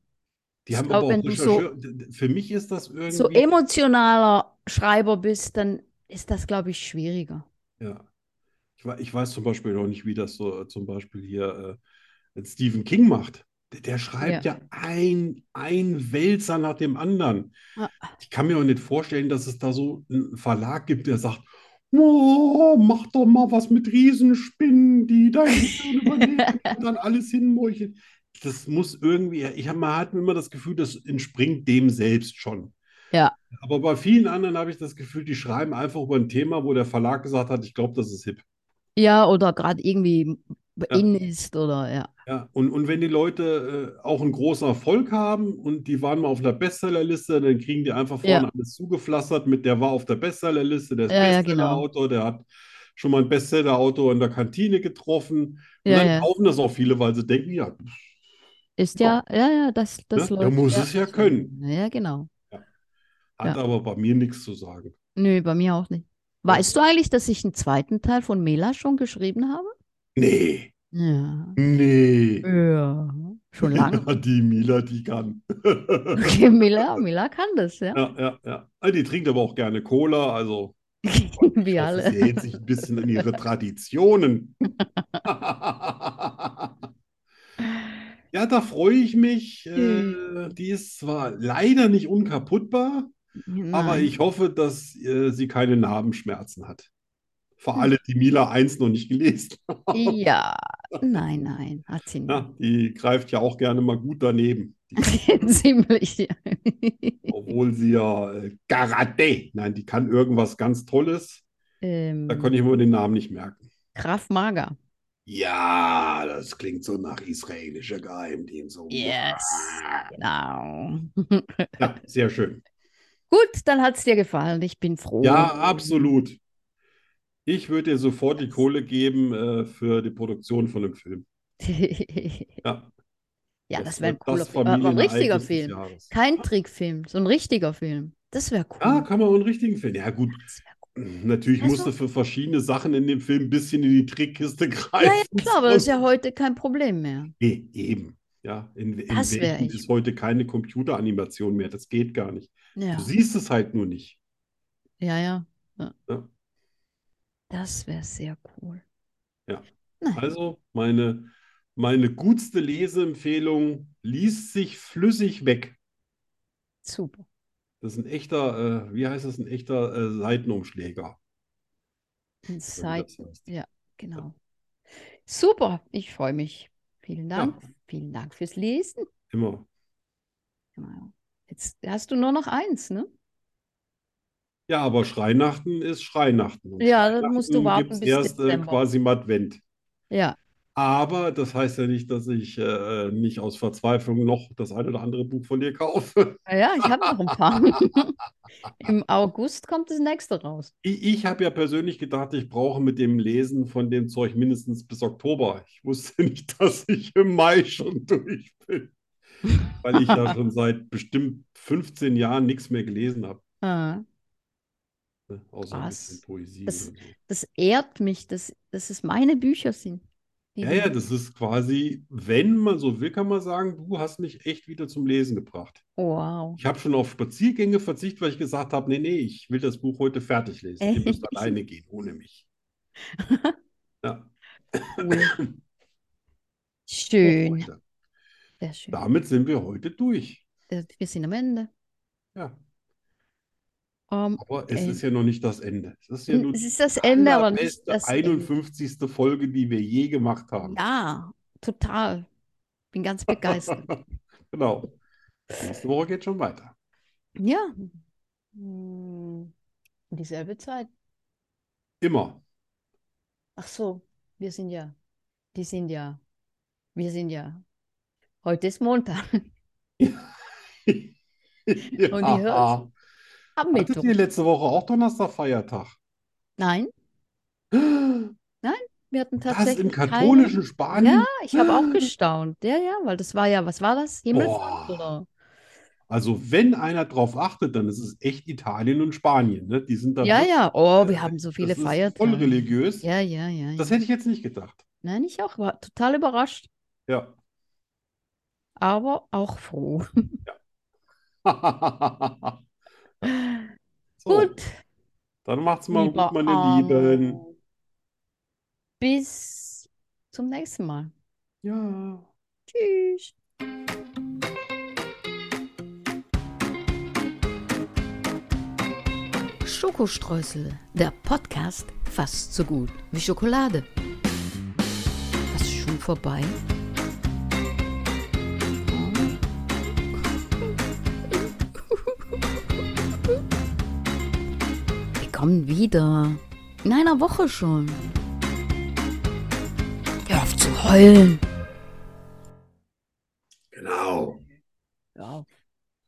S2: die
S1: Ich
S2: haben
S1: glaub,
S2: aber auch
S1: wenn du so-
S2: Rechercheur- d- d- Für mich ist das
S1: So
S2: irgendwie.
S1: emotionaler Schreiber bist, dann ist das, glaube ich, schwieriger.
S2: Ja. Ich, wei- ich weiß zum Beispiel noch nicht, wie das so äh, zum Beispiel hier äh, Stephen King macht. Der, der schreibt ja ein, ein Wälzer nach dem anderen.
S1: Ja.
S2: Ich kann mir auch nicht vorstellen, dass es da so einen Verlag gibt, der sagt, oh, mach doch mal was mit Riesenspinnen, die dein Gehirn übernehmen und dann alles hinmeucheln. Das muss irgendwie, ich habe man hat immer das Gefühl, das entspringt dem selbst schon.
S1: Ja.
S2: Aber bei vielen anderen habe ich das Gefühl, die schreiben einfach über ein Thema, wo der Verlag gesagt hat, ich glaube, das ist hip.
S1: Ja, oder gerade irgendwie
S2: Ja.
S1: in ist oder ja.
S2: Ja, und, und wenn die Leute äh, auch einen großen Erfolg haben und die waren mal auf der Bestsellerliste, dann kriegen die einfach vorne alles zugepflastert mit, der war auf der Bestsellerliste, der ist
S1: Ja, ja, genau.
S2: Bestsellerautor, der hat schon mal einen Bestsellerautor in der Kantine getroffen. Und
S1: Ja,
S2: dann
S1: ja.
S2: kaufen das auch viele, weil sie denken, ja,
S1: Ist ja, ja, ja, das, das
S2: Ne? Der
S1: läuft.
S2: muss es ja
S1: das läuft.
S2: können.
S1: Ja, genau. Ja.
S2: hat aber bei mir nichts zu sagen.
S1: Nö, bei mir auch nicht. Weißt du eigentlich, dass ich einen zweiten Teil von Mela schon geschrieben habe?
S2: Nee,
S1: Ja.
S2: nee.
S1: Ja, schon lange.
S2: Ja, die Mila, die kann.
S1: Okay, Mila, Mila kann das, ja.
S2: Ja, ja, ja. Ah, Die trinkt aber auch gerne Cola, also.
S1: Wie
S2: Ich hoffe,
S1: alle.
S2: sie hält sich ein bisschen an ihre Traditionen. Ja, da freue ich mich. Äh,
S1: Hm.
S2: die ist zwar leider nicht unkaputtbar, aber
S1: Nein.
S2: ich hoffe, dass äh, sie keine Narbenschmerzen hat. Vor
S1: Hm.
S2: allem die Mila 1 noch nicht gelesen.
S1: Ja, nein, nein, hat sie nicht.
S2: Ja, die greift ja auch gerne mal gut daneben. Die,
S1: Ziemlich, ja.
S2: obwohl sie ja äh, Karate, nein, die kann irgendwas ganz Tolles. Da
S1: Ähm,
S2: konnte ich mir den Namen nicht merken.
S1: Krav Maga.
S2: Ja, das klingt so nach israelischer Geheimdienst. Oh, So.
S1: Yes, genau.
S2: Ja, sehr schön.
S1: Gut, dann hat es dir gefallen. Ich bin froh.
S2: Ja, absolut. Ich würde dir sofort die Kohle geben äh, für die Produktion von dem Film. Ja.
S1: Ja, das,
S2: Das
S1: wäre ein
S2: wird
S1: cooler
S2: das
S1: Film. Aber ein
S2: Familienereignis
S1: richtiger
S2: des
S1: Film.
S2: Jahres.
S1: Kein Trickfilm, so ein richtiger Film. Das wäre cool.
S2: Ja, kann man auch einen richtigen Film. Ja, gut.
S1: Das wär
S2: Natürlich
S1: Mhm. Also-
S2: musste für verschiedene Sachen in dem Film ein bisschen in die Trickkiste
S1: cool. Ja, ja,
S2: greifen.
S1: klar, aber das ist ja heute kein Problem mehr.
S2: Nee, eben. Ja, in, in
S1: Das wär
S2: Welten
S1: echt.
S2: ist heute keine Computeranimation mehr. Das geht gar nicht.
S1: Ja,
S2: Du siehst es halt nur nicht.
S1: ja, ja. ja.
S2: Ja.
S1: Das wäre sehr cool.
S2: Also, meine, meine gutste Leseempfehlung liest sich flüssig weg.
S1: Super.
S2: Das ist ein echter, äh, wie heißt das, ein echter äh, Seitenumschläger.
S1: Ein
S2: wenn man
S1: Side,
S2: das heißt.
S1: genau. Super, ich freue mich. Vielen
S2: Ja.
S1: Dank. Vielen Dank fürs Lesen.
S2: Immer.
S1: Jetzt hast du nur noch eins, ne?
S2: Ja, aber Schreinachten ist Schreinachten. Und
S1: Ja, dann musst du
S2: Weihnachten
S1: warten
S2: gibt's
S1: bis
S2: erst äh,
S1: Dezember.
S2: quasi im Advent.
S1: Ja,
S2: Aber das heißt ja nicht, dass ich äh, nicht aus Verzweiflung noch das ein oder andere Buch von dir kaufe.
S1: Ah ja, ich habe noch ein paar. Im August kommt das nächste raus.
S2: Ich, ich habe ja persönlich gedacht, ich brauche mit dem Lesen von dem Zeug mindestens bis Oktober. Ich wusste nicht, dass ich im Mai schon durch bin, weil ich ja schon seit bestimmt 15 Jahren nichts mehr gelesen habe,
S1: Ah,
S2: ne? Außer ein
S1: Krass.
S2: bisschen Poesie
S1: Das-
S2: und so.
S1: das ehrt mich, dass, dass es meine Bücher sind. Die
S2: Ja,
S1: du-
S2: ja, das ist quasi, wenn man so will, kann man sagen, du hast mich echt wieder zum Lesen gebracht.
S1: Wow.
S2: Ich habe schon auf Spaziergänge verzichtet, weil ich gesagt habe, nee, nee, ich will das Buch heute fertig lesen. Ihr müsst
S1: Echt?
S2: alleine gehen, ohne mich. Ja,
S1: Cool.
S2: so,
S1: Schön.
S2: Freunde.
S1: Sehr schön.
S2: Damit sind wir heute durch.
S1: Äh, Wir sind am Ende.
S2: Ja,
S1: Ähm,
S2: aber es
S1: Ey.
S2: ist ja noch nicht das Ende. Es ist ja nur
S1: es
S2: die
S1: ist das Ende, aber nicht
S2: allerbeste
S1: das äh, Ende.
S2: 51. Folge, die wir je gemacht haben.
S1: Ja, total. Bin ganz begeistert.
S2: Genau. Nächste Woche geht schon weiter.
S1: Ja. Hm, um Dieselbe Zeit.
S2: Immer.
S1: Ach so, wir sind ja. Die sind ja. Wir sind ja. Heute ist Montag.
S2: Und
S1: die hört's? Am
S2: Hattet
S1: Mittwoch.
S2: ihr letzte Woche auch Donnerstagfeiertag?
S1: Nein, wir hatten
S2: Das im
S1: tatsächlich keine.
S2: katholischen Hm. Spanien?
S1: Ja, ich habe auch gestaunt. Ja, ja, weil das war ja, was war das? Himmelfahrt
S2: Boah.
S1: oder?
S2: Also, wenn einer drauf achtet, dann ist es echt Italien und Spanien. Ne? Die sind da
S1: Ja,
S2: wirklich-
S1: ja. Oh,
S2: äh,
S1: wir haben so viele
S2: das ist voll
S1: Feiertage.
S2: religiös.
S1: Ja, ja, ja,
S2: Das
S1: ja.
S2: hätte ich jetzt nicht gedacht.
S1: Nein, ich auch war total überrascht,
S2: Ja.
S1: aber auch froh.
S2: So,
S1: Gut,
S2: dann macht's Oh, mal gut,
S1: lieber
S2: meine
S1: Arno.
S2: Lieben.
S1: Bis zum nächsten Mal.
S2: Ja.
S1: Tschüss.
S3: Schokostreusel, der Podcast fast so gut wie Schokolade. Was ist schon vorbei? Wir kommen wieder. In einer Woche schon. Hör auf zu heulen.